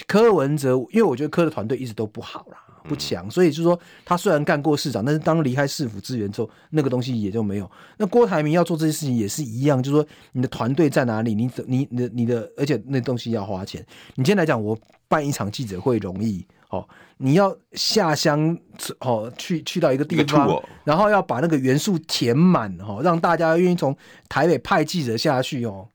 S2: 柯文哲，因为我觉得柯的团队一直都不好啦，
S1: 嗯
S2: 不强，所以就是说他虽然干过市长，但是当离开市府资源之后，那个东西也就没有。那郭台铭要做这些事情也是一样，就是说你的团队在哪里，你怎你你的你的，而且那东西要花钱。你今天来讲，我办一场记者会容易。哦，你要下乡哦，去去到一个地
S1: 一个 tour
S2: 方，
S1: 哦
S2: 然后要把那个元素填满哦，让大家愿意从台北派记者下去哦。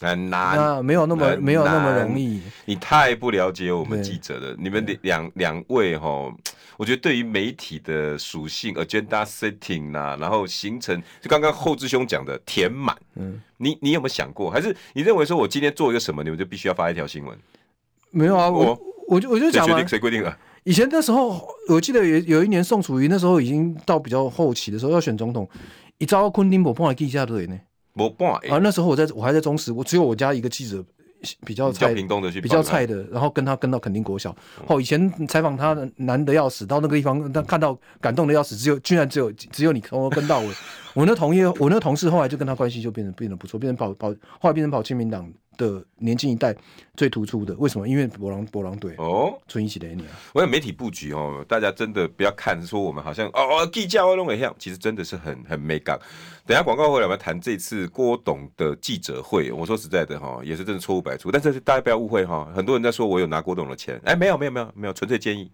S1: 很难，
S2: 那没有那么
S1: 很
S2: 没有那么
S1: 难
S2: 容易。
S1: 你太不了解我们
S2: 对
S1: 记者了。你们两两位哈，我觉得对于媒体的属性、agenda setting 啊，然后形成，就刚刚后志兄讲的填满，嗯
S2: 嗯，
S1: 你你有没有想过，还是你认为说我今天做一个什么，你们就必须要发一条新闻？
S2: 没有啊，我我就我就
S1: 谁
S2: 讲
S1: 决
S2: 嘛
S1: 定，谁规定的？啊
S2: 以前那时候，我记得有有一年宋楚瑜那时候已经到比较后期的时候要选总统，一招昆汀博碰来地下队呢。
S1: 我办法，
S2: 啊，那时候我在我还在中时，我只有我家一个记者比较
S1: 你叫
S2: 菜
S1: 屏东的去
S2: 比较
S1: 报道
S2: 菜的，然后跟他跟到垦丁国小。哦，以前采访他难得要死，到那个地方他看到感动的要死，只有居然只有只有你从头跟到尾。我那同业，我那同事后来就跟他关系就变得变得不错，变成跑跑，后来变成跑亲民党的年轻一代最突出的。为什么？因为博朗博朗队
S1: 哦。
S2: 存一起的你啊，
S1: 我想媒体布局哦，大家真的不要看说我们好像哦哦计价我弄一样，其实真的是很很没杠。等一下广告回来，我们谈这次郭董的记者会。我说实在的哈、也是真的错误百出，但是大家不要误会哈、很多人在说我有拿郭董的钱，哎，没有没有没有没有，纯粹建议。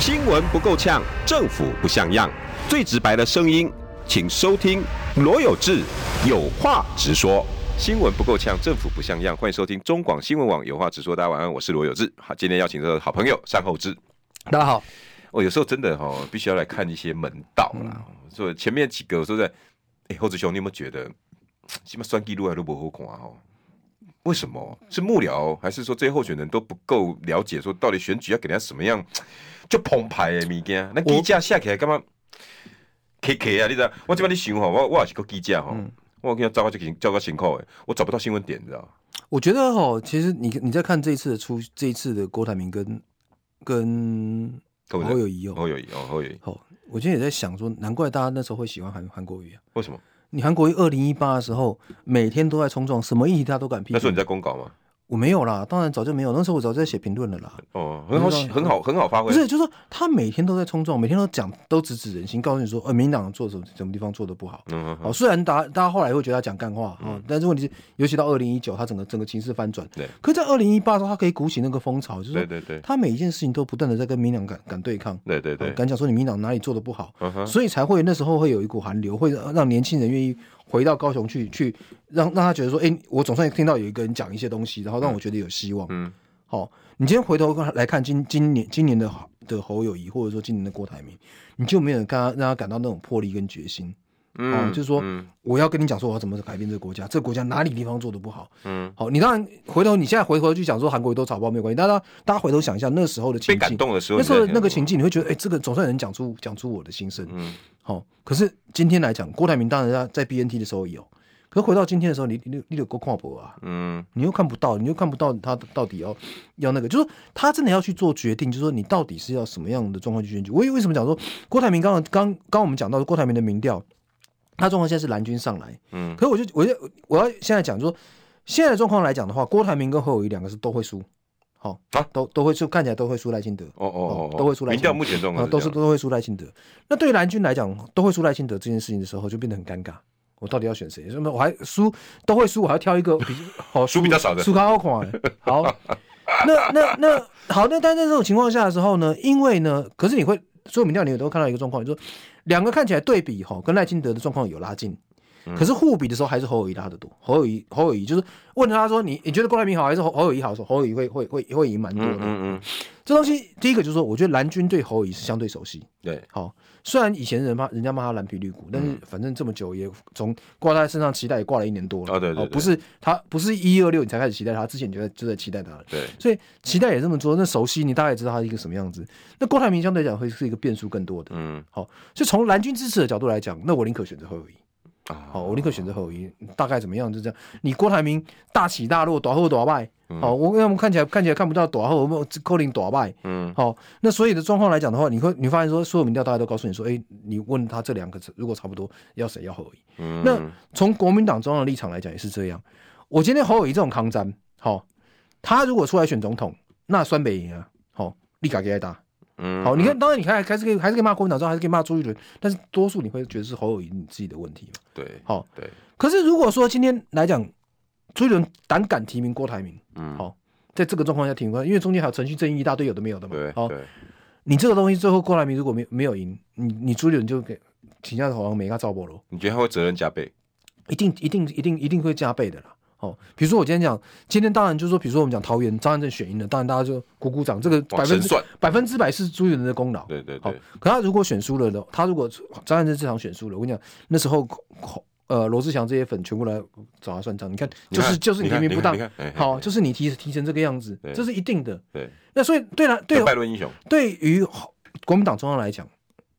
S3: 新闻不够呛，政府不像样，最直白的声音，请收听罗有志有话直说。
S1: 新闻不够呛，政府不像样。欢迎收听中广新闻网，有话直说。大家晚安，我是罗有志。好，今天邀请到的好朋友善后志。
S2: 大家好，
S1: 哦，有时候真的哦，必须要来看一些门道
S2: 嗯
S1: 啦。哦所以前面几个我说在，哎、后子兄，你有没有觉得，起码算记录还都不好看哦？为什么？是幕僚，还是说这些候选人都不够了解，说到底选举要给人家什么样就澎湃的物件？那
S2: 我
S1: 记者下起来干嘛？K K 啊，你知道？我这边你想吼，我我也是个记者吼，
S2: 嗯
S1: 我跟他照个辛照个辛苦的，我找不到新闻点，你知道？
S2: 我觉得哦，其实你你在看这一次的出这一次的郭台铭跟跟
S1: 侯友
S2: 侯友谊哦，
S1: 侯友谊哦，侯友谊，
S2: 好，我今天也在想说，难怪大家那时候会喜欢韩韩国瑜啊。
S1: 为什么？
S2: 你韩国瑜二零一八的时候，每天都在冲撞，什么议题他都敢批
S1: 那时候你
S2: 评。
S1: 在公稿吗？
S2: 我没有啦，当然早就没有，那时候我早就在写评论了啦。
S1: 哦，很好，
S2: 没有啊
S1: 很好，很好发挥。
S2: 不是，就是说他每天都在冲撞，每天都讲，都直指人心，告诉你说，呃，民进党做什么什么地方做的不好。
S1: 嗯，嗯，嗯
S2: 哦，虽然大家大家后来会觉得他讲干话啊、哦，但是问题是，尤其到二零一九，他整个整个情势翻转。
S1: 对。
S2: 可在二零一八的时候，他可以鼓起那个风潮，就是
S1: 对
S2: 说
S1: 对对。
S2: 他每一件事情都不断的在跟民进党敢敢对抗。
S1: 对对对
S2: 哦，敢讲说你民进党哪里做的不好，
S1: 嗯哼，
S2: 所以才会那时候会有一股寒流，会让年轻人愿意回到高雄去，去让让他觉得说，哎、我总算听到有一个人讲一些东西，然后让我觉得有希望。
S1: 嗯，
S2: 好、你今天回头看来看今今年今年的的侯友谊，或者说今年的郭台铭，你就没有看他让他感到那种魄力跟决心。哦，就是说，
S1: 嗯
S2: 我要跟你讲说，我要怎么改变这个国家，这个国家哪里地方做的不好？
S1: 嗯，
S2: 好，你当然回头，你现在回头去讲说韩国瑜都草包没有关系，大家大家回头想一下那时候的情
S1: 被
S2: 境，
S1: 感动的时候，
S2: 那时候那个
S1: 情，
S2: 情境，你会觉得，哎、这个总算能讲出讲出我的心声。
S1: 嗯，
S2: 好、可是今天来讲，郭台铭当然在在 BNT 的时候有，可是回到今天的时候，你你你有够跨博啊，
S1: 嗯
S2: 你又看不到，你又看不到他到底要要那个，就是说他真的要去做决定，就是说你到底是要什么样的状况去选举。我为什么讲说郭台铭刚刚刚刚我们讲到的郭台铭的民调，他状况现在是蓝军上来，
S1: 嗯，
S2: 可是我就我就我要现在讲，就是说现在的状况来讲的话，郭台铭跟侯友谊两个是都会输，好、
S1: 啊
S2: 都都会输，看起来都会输赖清德。
S1: 哦哦哦，
S2: 都会出来
S1: 民调目前状
S2: 啊，
S1: 况
S2: 都是
S1: 这样
S2: 都会输赖清德。那对蓝军来讲，都会输赖清德这件事情的时候，就变得很尴尬。我到底要选谁？什么？我还输都会输，我还要挑一个 比好
S1: 输比较少的
S2: 输高款。好，那那那好，那但在这种情况下的时候呢，因为呢，可是你会所有民调你也都看到一个状况，就是说两个看起来对比哈，跟赖清德的状况有拉近。
S1: 嗯
S2: 可是互比的时候，还是侯友谊拉得多。侯友谊，侯友谊就是问他说你：“你觉得郭台铭好还是侯侯友谊好？”的时候，侯友谊会会会会赢蛮多的。
S1: 嗯嗯嗯，
S2: 这东西第一个就是说，我觉得蓝军对侯友谊是相对熟悉。
S1: 对，
S2: 好，虽然以前人骂人家骂他蓝皮绿骨，
S1: 嗯
S2: 但是反正这么久也从挂在他身上期待也挂了一年多了。
S1: 哦对对对
S2: 不是他不是一二六你才开始期待他，之前就在就在期待他了。
S1: 对，
S2: 所以期待也这么多，那熟悉你大概知道他是一个什么样子。那郭台铭相对来讲会是一个变数更多的。
S1: 嗯
S2: 好，所以从蓝军支持的角度来讲，那我宁可选择侯友谊。
S1: 啊，
S2: 好，我宁可选择侯友谊，大概怎么样？就这样。你郭台铭大起大落，短后短败。
S1: 嗯
S2: 好，我因为我们看起来看起来看不到短后，我们扣零短败。
S1: 嗯
S2: 好，那所以的状况来讲的话，你会你发现说，所有民调大家都告诉你说，哎、你问他这两个如果差不多，要谁要侯友谊？
S1: 嗯，
S2: 那从国民党中央的立场来讲也是这样。我今天侯友谊这种抗战，好、他如果出来选总统，那酸北赢啊，好、立卡给他打。
S1: 嗯
S2: 好，你看，当然你看还是可以还是可以骂国民党中央，还是可以骂朱一伦，但是多数你会觉得是侯友谊你自己的问题嘛。
S1: 对
S2: 好，
S1: 对，
S2: 可是如果说今天来讲，朱一伦胆敢提名郭台铭，
S1: 嗯
S2: 好、在这个状况下提名，因为中间还有程序正义一大堆有的没有的嘛，
S1: 对
S2: 好、
S1: 对，
S2: 你这个东西最后郭台铭如果没有没有赢，你你朱立伦就给请假好像没个赵波罗，
S1: 你觉得他会责任加倍？
S2: 一定一定一定一定会加倍的啦。哦，比如说我今天讲，今天当然就是说，比如说我们讲桃园张安正选赢了，当然大家就鼓鼓掌，这个
S1: 哇
S2: 百分
S1: 神
S2: 之
S1: 算
S2: 百分之百是朱立伦的功劳。
S1: 对对
S2: 好哦
S1: 对，，
S2: 可他如果选输了的，他如果张汉正这场选输了，我跟你讲，那时候呃罗志祥这些粉全部来找他算账，你看
S1: 你
S2: 就
S1: 看
S2: 是就是
S1: 你
S2: 你
S1: 看
S2: 明明不当
S1: 你看你看哎，
S2: 好，就是你提提成这个样子
S1: 对，
S2: 这是一定的。
S1: 对，
S2: 那所以对了，对
S1: 就拜伦英雄，
S2: 对于侯国民党中央来讲，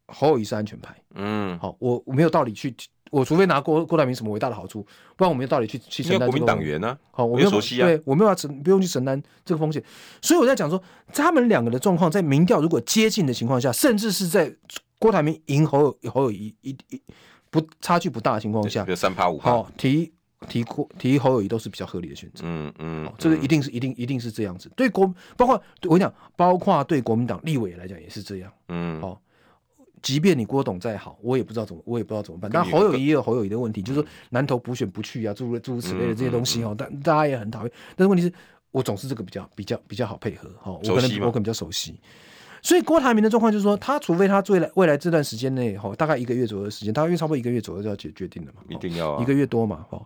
S2: 侯友谊是安全牌。
S1: 嗯，
S2: 好，我我没有道理去，我除非拿郭郭台铭什么伟大的好处，不然我没有道理去去
S1: 因
S2: 承
S1: 为
S2: 担
S1: 国
S2: 这
S1: 民
S2: 个
S1: 党
S2: 风险
S1: 员呢，
S2: 好，我
S1: 我
S2: 没有
S1: 也熟悉啊
S2: 对我没有要承不用去承担这个风险，所以我在讲说，他们两个的状况在民调如果接近的情况下，甚至是在郭台铭赢侯友侯友谊一一不差距不大的情况下
S1: 比，如三趴五趴，
S2: 好提提郭提侯友谊都是比较合理的选择。
S1: 嗯嗯，
S2: 这个
S1: 嗯
S2: 一定是一定一定是这样子，对国包括我跟你讲，包括对国民党立委来讲也是这样。
S1: 嗯
S2: 好即便你郭董再好，我也不知道怎么，我也不知道怎么办。
S1: 跟嗯
S2: 但
S1: 你
S2: 侯友谊也有侯友谊的问题，就是说南投补选不去啊，诸如诸如此类
S1: 嗯
S2: 的这些东西哦，但大家也很讨厌。但是问题是我总是这个比较比较比较好配合哈、哦，我
S1: 熟
S2: 可
S1: 悉
S2: 能
S1: 嘛
S2: 我可能比较熟悉。所以郭台铭的状况就是说，他除非他未来未来这段时间内哈、哦，大概一个月左右的时间，大约差不多一个月左右就要决决定了嘛，哦
S1: 一定要啊
S2: 一个月多嘛哦，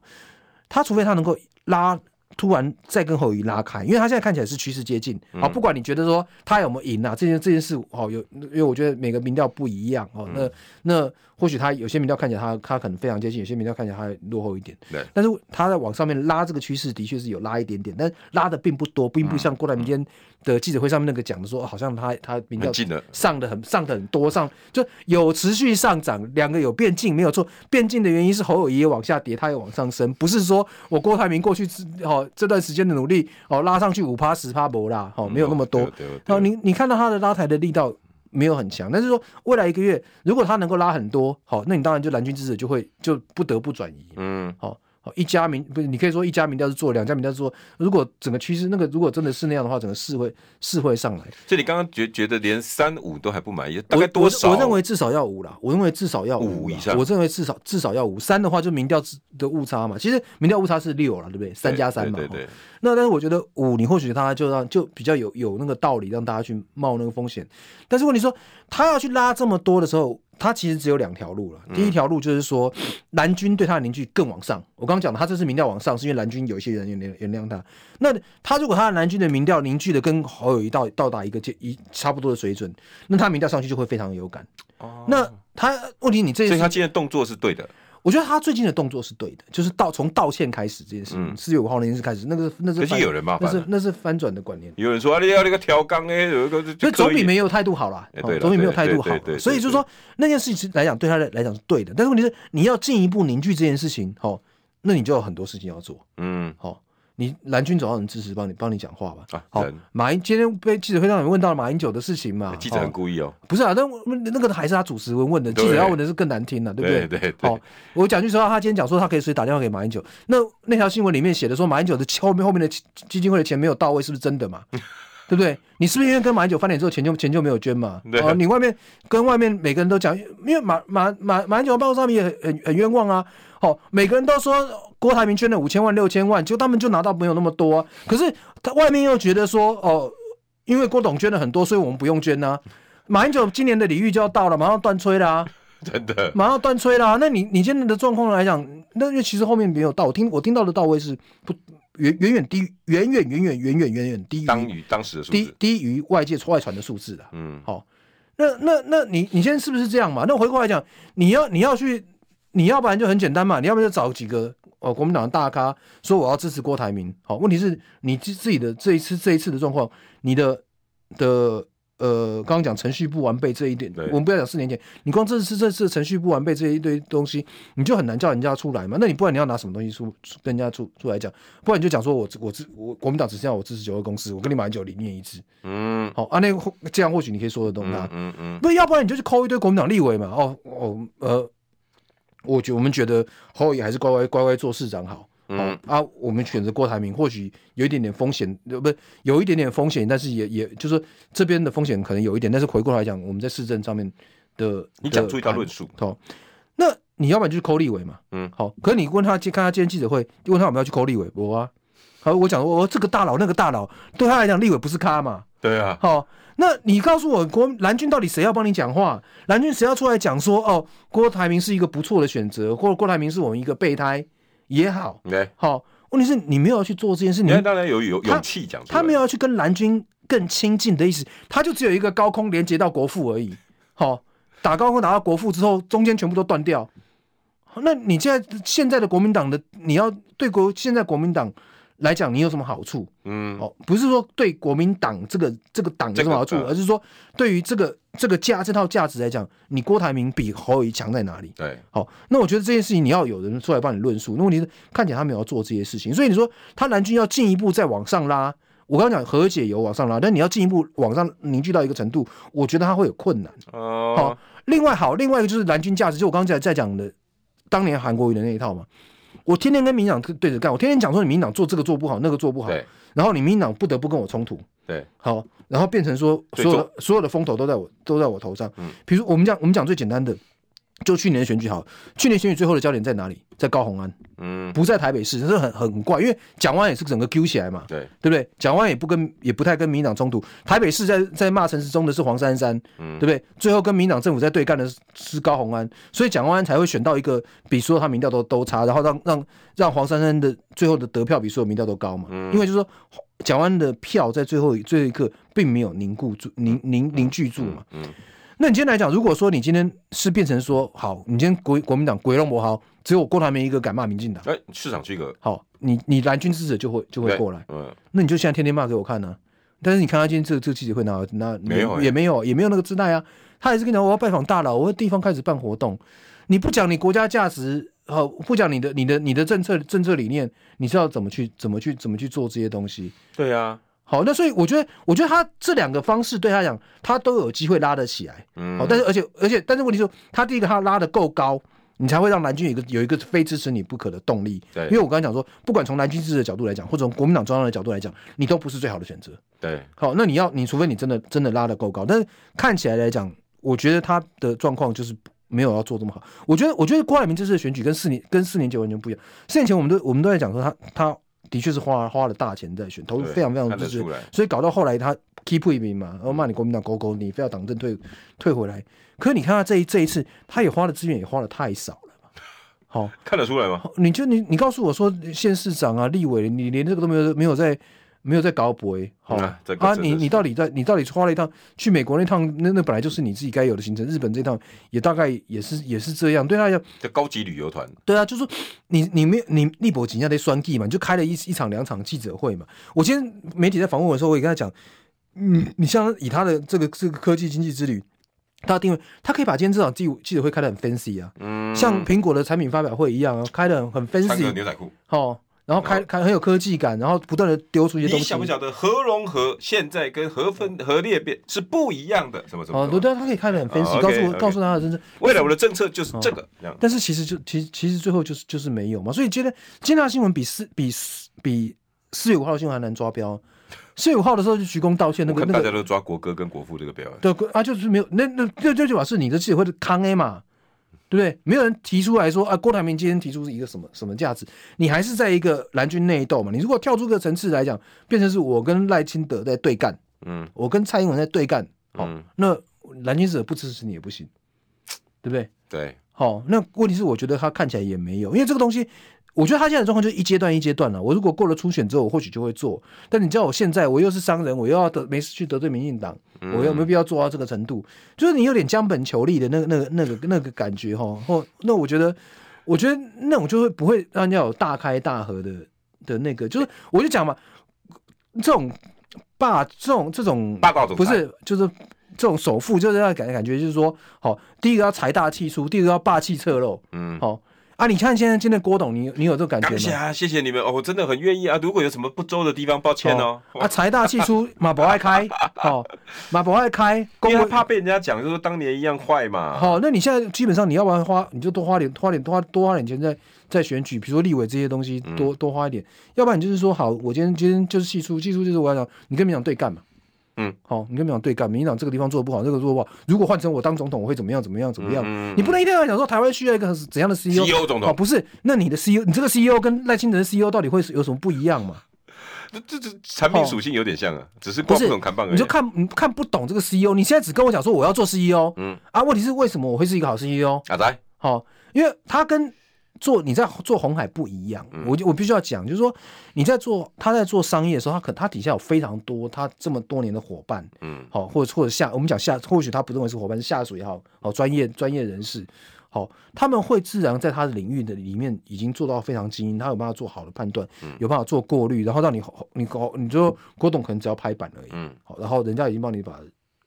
S2: 他除非他能够拉。突然再跟侯友谊拉开，因为他现在看起来是趋势接近啊、好不管你觉得说他有没有赢啊，这件这件事哦，有因为我觉得每个民调不一样哦，那那或许他有些民调看起来他他可能非常接近，有些民调看起来他落后一点，
S1: 对
S2: 但是他在往上面拉这个趋势的确是有拉一点点，但拉的并不多，并不像郭台铭今天的记者会上面那个讲的说，哦好像他他民调
S1: 很近了
S2: 上的很上的很多，上就有持续上涨，两个有变近没有错，变近的原因是侯友谊也往下跌，他也往上升，不是说我郭台铭过去之哦这段时间的努力哦拉上去五趴十趴不啦，哦没有那么多，
S1: 对对对
S2: 然后你你看到他的拉抬的力道没有很强，但是说未来一个月如果他能够拉很多，好，那你当然就蓝军支持就会就不得不转移，
S1: 嗯
S2: 好好一家民不是你可以说一家民调是做，两家民调是做，如果整个趋势那个如果真的是那样的话，整个市会市会上来，
S1: 所以你刚刚觉觉得连三五都还不满意，大概多少？
S2: 我我？我认为至少要五啦，我认为至少要
S1: 五
S2: 啦
S1: 以上
S2: 我认为至少至少要五。三的话就民调之的误差嘛，其实民调误差是六了，对不对？三加三嘛。
S1: 对
S2: 哦
S1: 对对，
S2: 那但是我觉得五，你或许他就让就比较有有那个道理让大家去冒那个风险。但是问题说他要去拉这么多的时候，他其实只有两条路了。
S1: 嗯
S2: 第一条路就是说蓝军对他的凝聚更往上。我刚刚讲的，他这次民调往上是因为蓝军有一些人原谅原谅他。那他如果他的蓝军的民调凝聚的跟侯友谊到到达一个阶一差不多的水准，那他民调上去就会非常有感。
S1: 哦
S2: 那他问题你这
S1: 所
S2: 件
S1: 以他
S2: 事，
S1: 今天的动作是对的，
S2: 我觉得他最近的动作是对的，就是道从道歉开始这件事情，四、月五号那件事开始，那个是那是
S1: 嗯可是
S2: 翻
S1: 有人麻烦
S2: 那
S1: 啊
S2: 是那是翻转的观念。
S1: 有人说啊，你要那个调缸哎，有一个
S2: 所
S1: 就
S2: 以总
S1: 刻
S2: 比
S1: 意
S2: 没有态度好啦，
S1: 哎
S2: 哦
S1: 对啦
S2: 总比没有
S1: 对
S2: 态度
S1: 对
S2: 好
S1: 对对
S2: 啦。所以就是说那件事情来讲，对他来来讲是对的，但是问题是你要进一步凝聚这件事情，哦，那你就有很多事情要做，
S1: 嗯
S2: 哦。你蓝军总要有人支持，帮你帮你讲话吧。
S1: 啊
S2: 好
S1: 人，
S2: 马英今天被记者会上面问到了马英九的事情嘛？
S1: 记者
S2: 哦
S1: 很故意哦，
S2: 不是啊，但我们那个还是他主持人问的，
S1: 对
S2: 记者要问的是更难听了、对不对？
S1: 对对对
S2: 好、我讲句实话，他今天讲说他可以随时打电话给马英九，那那条新闻里面写的说马英九的后面后面的基基金会的钱没有到位，是不是真的嘛？对不对？你是不是因为跟马英九翻脸之后钱就钱就没有捐嘛？
S1: 对
S2: 啊，你外面跟外面每个人都讲，因为马马马马英九的报告上面也很很很冤枉啊。哦，每个人都说郭台铭捐了五千万六千万，就他们就拿到没有那么多、啊，可是他外面又觉得说哦。因为郭董捐了很多，所以我们不用捐呐、马英九今年的礼遇就要到了，马上要断吹啦、
S1: 真的，
S2: 马上要断吹啦、那你你现在的状况来讲，那因为其实后面没有到，我听我听到的到位是不远远远低于，远远远远远远远远低于
S1: 当于当时的数
S2: 低
S1: 字，
S2: 低于外界外传的数字的。
S1: 嗯，
S2: 好、那那那你你现在是不是这样嘛？那回过来讲，你要你要去，你要不然就很简单嘛，你要不然就找几个哦国民党的大咖说我要支持郭台铭。好、问题是你自自己的这一次这一次的状况，你的的呃，刚刚讲程序不完备这一点
S1: 对，
S2: 我们不要讲四年前，你光这次这次程序不完备这一堆东西，你就很难叫人家出来嘛。那你不然你要拿什么东西出出跟人家出出来讲？不然你就讲说我我支我国民党只剩下我支持九二公司，我跟你马英九理念一致。
S1: 嗯
S2: 好、啊，那个或这样或许你可以说得动他。
S1: 嗯嗯嗯，
S2: 不，要不然你就去抠一堆国民党立委嘛。哦哦，呃，我觉我们觉得侯友宜还是乖乖乖乖做市长好。
S1: 嗯
S2: 嗯啊，我们选择郭台铭，或许有一点点风险，呃，不是有一点点风险，但是也也就是说这边的风险可能有一点，但是回过来讲，我们在市政上面的，
S1: 你讲
S2: 的
S1: 出一条
S2: 看
S1: 论述，
S2: 好、那你要不然就是抠立委嘛，
S1: 嗯
S2: 好、可是你问他，看他今天记者会，问他有没有去抠立委，我啊，好，我讲我我这个大佬那个大佬，对他来讲立委不是咖嘛，
S1: 对啊，
S2: 好、那你告诉我，国蓝军到底谁要帮你讲话？蓝军谁要出来讲说，哦，郭台铭是一个不错的选择，或者郭台铭是我们一个备胎也好，
S1: 来，
S2: 好、问题是你没有要去做这件事，你
S1: 你看，当然有有
S2: 他
S1: 勇气讲出来，
S2: 嗯他没有要去跟蓝军更亲近的意思，他就只有一个高空连接到国父而已。好、打高空打到国父之后，中间全部都断掉。那你现在现在的国民党的，你要对国现在国民党来讲，你有什么好处？
S1: 嗯，
S2: 哦，不是说对国民党这个这个党有什么好处，
S1: 这个呃
S2: 而是说对于这个这个价这套价值来讲，你郭台铭比侯友谊强在哪里？
S1: 对，
S2: 好，那我觉得这件事情你要有人出来帮你论述。那问题是，看起来他没有要做这些事情，所以你说他蓝军要进一步再往上拉，我刚刚讲和解有往上拉，但你要进一步往上凝聚到一个程度，我觉得他会有困难。好、
S1: 哦，
S2: 另外好，另外一个就是蓝军价值，就我刚才在讲的，当年韩国瑜的那一套嘛。我天天跟民进党对着干，我天天讲说你民进党做这个做不好，那个做不好，
S1: 对
S2: 然后你民进党不得不跟我冲突，
S1: 对，
S2: 好，然后变成说
S1: 对
S2: 所有的所有的风头都在我都在我头上。
S1: 嗯
S2: 比如说我们讲我们讲最简单的，就去年的选举好了，去年选举最后的焦点在哪里？在高鸿安，
S1: 嗯，
S2: 不在台北市，这是很很怪，因为蒋万安也是整个 Q 起来嘛，
S1: 对，
S2: 对不对？蒋万安也不跟也不太跟民进党冲突，台北市在在骂陈时中的是黄珊珊，
S1: 嗯
S2: 对不对？最后跟民进党政府在对干的是是高鸿安，所以蒋万安才会选到一个比所有他民调都都差，然后让让让黄珊珊的最后的得票比所有民调都高嘛，
S1: 嗯
S2: 因为就是说蒋万安的票在最后一最后一刻并没有凝固住凝凝凝聚住嘛。
S1: 嗯，
S2: 那你今天来讲，如果说你今天是变成说好，你今天国国民党鬼龙魔豪，只有郭台铭一个敢骂民进党，
S1: 哎，市场巨额
S2: 好，你你蓝军支持者就会就会
S1: 对
S2: 过来。
S1: 嗯，
S2: 那你就现在天天骂给我看呢、但是你看他今天这个这个记者会哪那
S1: 没有欸
S2: 也没有也没有那个姿态啊，他还是跟你讲我要拜访大佬，我要地方开始办活动。你不讲你国家价值，好、不讲你的你的你的政策政策理念，你知道怎么去怎么去怎么去做这些东西？
S1: 对啊，
S2: 好，那所以我觉得，我觉得他这两个方式对他讲，他都有机会拉得起来。
S1: 嗯
S2: 好、但是而且而且，但是问题是，他第一个他拉得够高，你才会让蓝军有一个有一个非支持你不可的动力。
S1: 对
S2: 因为我刚刚讲说，不管从蓝军支持的角度来讲，或者从国民党中央的角度来讲，你都不是最好的选择。
S1: 对，
S2: 好，那你要你除非你真的真的拉得够高，但是看起来来讲，我觉得他的状况就是没有要做这么好。我觉得我觉得郭台铭这次的选举跟四年跟四年前完全不一样。四年前我们都我们都在讲说他他的确是花花了大钱在选，投入
S1: 对
S2: 非常非常
S1: 看
S2: 支
S1: 得
S2: 持
S1: 出来，
S2: 所以搞到后来他 keep 一名嘛，然后骂你国民党狗狗，你非要党政
S1: 嗯
S2: 退退回来。可是你看他这一这一次，他也花的资源也花的太少了嘛。好、
S1: 看得出来吗？
S2: 你就你你告诉我说，县市长啊、立委，你连这个都没有没有在没有在搞博哎，好、
S1: 嗯啊这个
S2: 啊，
S1: 真的
S2: 你
S1: 是
S2: 你到底在你到底花了一趟去美国那趟，那那本来就是你自己该有的行程，日本这趟也大概也是也是这样，对他讲，
S1: 这高级旅游团，
S2: 对啊，就是说你你没有你立博景下在酸计嘛，你就开了一一场两场记者会嘛。我今天媒体在访问我的时候，我也跟他讲，嗯，你像以他的这个这个科技经济之旅，他的定位，他可以把今天这场记记者会开的很 fancy 啊，
S1: 嗯，
S2: 像苹果的产品发表会一样啊，开的很很
S1: 穿
S2: fancy，
S1: 个牛仔裤，
S2: 哦，然后开开很有科技感，然后不断的丢出一些东
S1: 你
S2: 西。嗯
S1: 晓不晓得核融合现在跟核分核裂变是不一样的？什么什么
S2: 哦，
S1: 什
S2: 对
S1: 么？
S2: 对，他可以开的很分析，
S1: 哦，OK，
S2: 告诉我
S1: OK
S2: 告诉他的真正，
S1: 未来我的政策就是这个，这样，
S2: 但是其实就其实其实最后就是就是没有嘛，所以今天今天的新闻比四比四比四月五号的新闻还难抓标。四月五号的时候就鞠躬道歉，那
S1: 我
S2: 个
S1: 看
S2: 那
S1: 大
S2: 个
S1: 家都抓国歌跟国父这个标，哎
S2: 对啊，就是没有那那那这就表示你的记者会的康 A 嘛，对不对？没有人提出来说啊，郭台铭今天提出一个什么什么价值，你还是在一个蓝军内斗嘛。你如果跳出个层次来讲，变成是我跟赖清德在对干，
S1: 嗯
S2: 我跟蔡英文在对干，好、
S1: 嗯，
S2: 那蓝军者不支持你也不行，对不对？
S1: 对，
S2: 好、那问题是我觉得他看起来也没有，因为这个东西，我觉得他现在的状况就是一阶段一阶段了。我如果过了初选之后，我或许就会做，但你叫我现在，我又是商人，我又要得没事去得罪民进党，我有没有必要做到这个程度？就是你有点将本求利的那个、那个、那个、那个感觉哈。或那我觉得，我觉得那种就会不会让人家有大开大合的的那个，就是我就讲嘛，这种霸这种这种
S1: 霸道总裁
S2: 不是就是。这种首富就是要感感觉就是说，好、第一个要财大气粗，第二个要霸气侧漏，
S1: 嗯。
S2: 好、啊，你看现在今天郭董，你你有这个感觉
S1: 感谢
S2: 吗？
S1: 啊，谢谢你们哦，我真的很愿意啊。如果有什么不周的地方，抱歉哦。
S2: 哦啊，财大气粗，马不爱开，好、马不爱开，公
S1: 因为他
S2: 文
S1: 怕被人家讲，就说当年一样坏嘛。
S2: 好、那你现在基本上你要不然花，你就多花点花点多花多花点钱在在选举，比如说立委这些东西多
S1: 嗯
S2: 多花一点，要不然你就是说好，我今天今天就是系出系出就是我要讲，你跟民进党对干嘛？
S1: 嗯，
S2: 好、你跟民进党对干，民进党这个地方做的不好，这个做得不好。如果换成我当总统，我会怎么样怎么样怎么样？
S1: 嗯
S2: 你不能一天到晚讲说台湾需要一个怎样的 CEO，,
S1: CEO 总统
S2: 哦，不是？那你的 CEO，你这个 CEO 跟赖清德的 CEO 到底会是有什么不一样嘛？
S1: 这这这产品属性有点像啊，只是
S2: 不
S1: 光
S2: 是
S1: 不懂看棒而已啊。
S2: 你就看你看不懂这个 CEO。你现在只跟我讲说我要做 E CEO，
S1: 嗯
S2: E 啊，问题是为什么我会是一个好 CEO？
S1: 啊，来，
S2: 好、因为他跟做你在做红海不一样，我就我必须要讲，就是说你在做他在做商业的时候，他可他底下有非常多他这么多年的伙伴，
S1: 嗯，
S2: 好、或者或者下我们讲下，或许他不认为是伙伴，是下属也好，好、专业专业人士，好、他们会自然在他的领域的里面已经做到非常精英，他有办法做好的判断，有办法做过滤，然后让你你搞你就郭董可能只要拍板而已，
S1: 嗯，
S2: 好、然后人家已经帮你把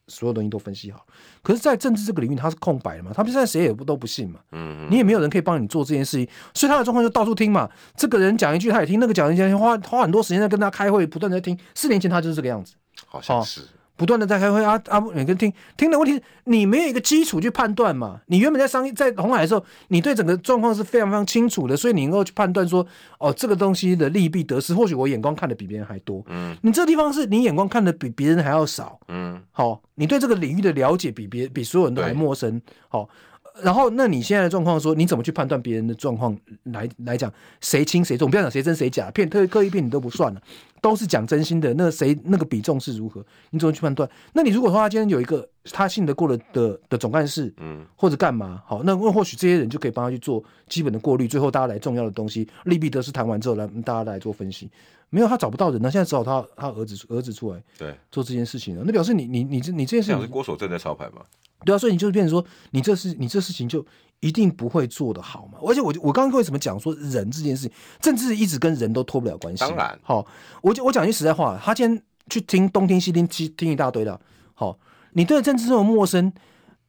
S2: 所有东西都分析好，可是，在政治这个领域，它是空白的嘛，他们现在谁也不都不信嘛，
S1: 嗯，
S2: 你也没有人可以帮你做这件事情，所以他的状况就到处听嘛，这个人讲一句他也听，那个讲一句花花很多时间在跟他开会，不断地在听。四年前他就是这个样子，
S1: 好像是，
S2: 不断的在开会啊啊，每个听听的问题是，你没有一个基础去判断嘛，你原本在商业在红海的时候，你对整个状况是非常非常清楚的，所以你能够去判断说，哦，这个东西的利弊得失，或许我眼光看的比别人还多，
S1: 嗯
S2: 你这地方是你眼光看的比别人还要少，
S1: 嗯
S2: 好、你对这个领域的了解比别比所有人都还
S1: 对
S2: 陌生，好、然后那你现在的状况说，你怎么去判断别人的状况来来讲谁轻谁重？不要讲谁真谁假，骗特刻意骗你都不算了，都是讲真心的。那谁那个比重是如何？你怎么去判断？那你如果说他今天有一个他信得过的的的总干事，
S1: 嗯，
S2: 或者干嘛？好，那那或许这些人就可以帮他去做基本的过滤，最后大家来重要的东西，利弊得失谈完之后来嗯大家来做分析。没有他找不到人啊呢，现在只好他他儿子儿子出来，
S1: 对，
S2: 做这件事情了，那表示你你你这你这件事
S1: 这样是
S2: 情，
S1: 郭守正在操盘嘛？
S2: 对啊，所以你就是变成说，你这事你这事情就一定不会做得好嘛。而且我就我刚刚为什么讲说人这件事情，政治一直跟人都脱不了关系。
S1: 当然
S2: 好，我就我讲句实在话，他今天去听东听西听，西听一大堆的，好，你对政治这么陌生。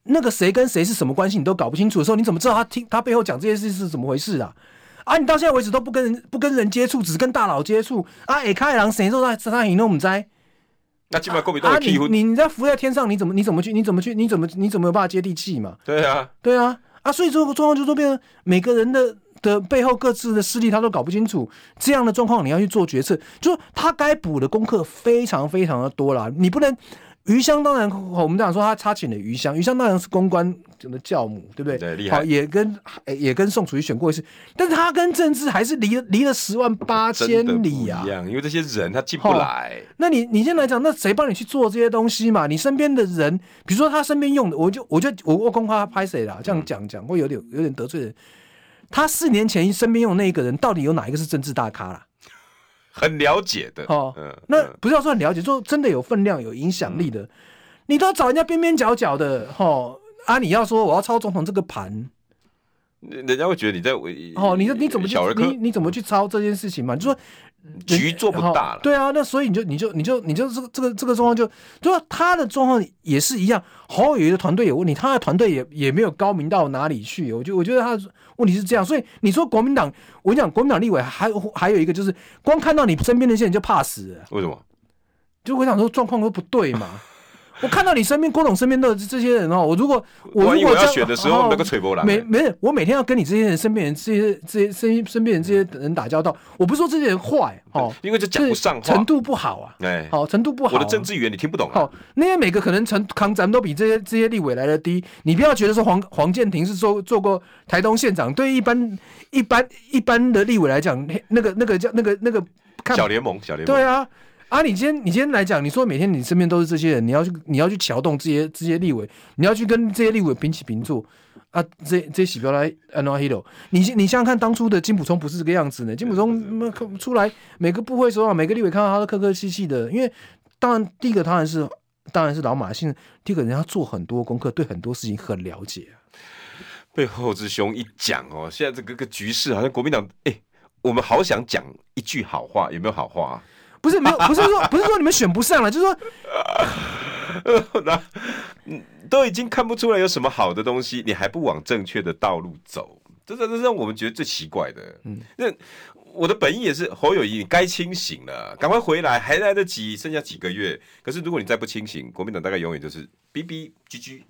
S2: 那个谁跟谁是什么关系，你都搞不清楚的时候，你怎么知道他听他背后讲这件事是怎么回事啊？啊，你到现在为止都不跟人不跟人接触，只跟大佬接触啊！哎，开朗谁说他他赢都不知。
S1: 那基本上国民党
S2: 啊，
S1: 的
S2: 你
S1: key 分，
S2: 你你在浮在天上，你怎么你怎么去你怎么去你怎么你怎么有办法接地气嘛？
S1: 对啊，
S2: 对啊，啊，所以这个状况就说变成每个人的的背后各自的势力他都搞不清楚，这样的状况你要去做决策，就是他该补的功课非常非常的多啦，你不能。余香当然，我们讲说他他请了余香，余香当然是公关的教母，对不对？
S1: 对厉害
S2: 好，也跟哎也跟宋楚瑜选过一次，但是他跟政治还是离离了十万八
S1: 真的
S2: 千
S1: 不
S2: 里
S1: 一
S2: 啊。
S1: 样，因为这些人他进不
S2: 哦
S1: 来，
S2: 那你你先来讲，那谁帮你去做这些东西嘛？你身边的人，比如说他身边用的，我就我就我我公开拍谁啦？
S1: 嗯
S2: 这样讲讲会有点有点得罪人。他四年前身边用的那一个人，到底有哪一个是政治大咖啦？
S1: 很了解的。
S2: 哦，
S1: 嗯，
S2: 那
S1: 嗯
S2: 不是要说很了解，说真的有分量、有影响力的，你都要找人家边边角角的，哦。啊，你要说我要操总统这个盘，
S1: 人家会觉得你在为
S2: 哦，你说你怎么去
S1: 小儿科嗯
S2: 你你怎么去操这件事情嘛？就说人
S1: 局做不大了
S2: 哦对啊，那所以你就你就你就你就这个这个这个状况就，就说他的状况也是一样。侯友宜的团队有问题，他的团队也也没有高明到哪里去。我就我觉得他的问题是这样，所以你说国民党，我跟你讲国民党立委还还有一个就是，光看到你身边那些人就怕死了，
S1: 为什么？
S2: 就我想说状况都不对嘛。 我看到你身边郭董身边的这些人哦，我如果我
S1: 万
S2: 如
S1: 一
S2: 果
S1: 我
S2: 这
S1: 要
S2: 样
S1: 选的时候，
S2: 哦
S1: 那个吹波浪，
S2: 每没是，我每天要跟你这些人身边人、这些、这些身身边人、这些人打交道。我不是说这些人坏哦，
S1: 因为就讲不上
S2: 是程
S1: 话。
S2: 度不好啊，
S1: 哎，
S2: 好、程度不好啊、
S1: 我的政治语言你听不懂啊
S2: 好、。那些每个可能程扛咱们都比这些这些立委来的低。你不要觉得说黄黄建庭是做做过台东县长，对一般一般一般的立委来讲，那那个那个叫那个那个看
S1: 小联盟，小联盟，
S2: 对啊，啊，你今天你今天来讲，你说每天你身边都是这些人，你要去你要去撬动这些这些立委，你要去跟这些立委平起平坐啊，这这喜标来啊 a n o hero，你你想想看，当初的金普聪不是这个样子呢，金普聪那么出来每个部会首长每个立委看到他都客客气气的，因为当然第一个当然是。当然是老马性，第一个人家做很多功课，对很多事情很了解啊、
S1: 被后之兄一讲哦，现在这个个局势好像国民党，哎、我们好想讲一句好话，有没有好话、
S2: 不是没有，不是说不是说你们选不上了，就是说
S1: 啊？那嗯都已经看不出来有什么好的东西，你还不往正确的道路走，这这这让我们觉得最奇怪的。嗯，那我的本意也是侯友谊，你该清醒了，赶快回来，还来得及，剩下几个月。可是如果你再不清醒，国民党大概永远就是 B B G G。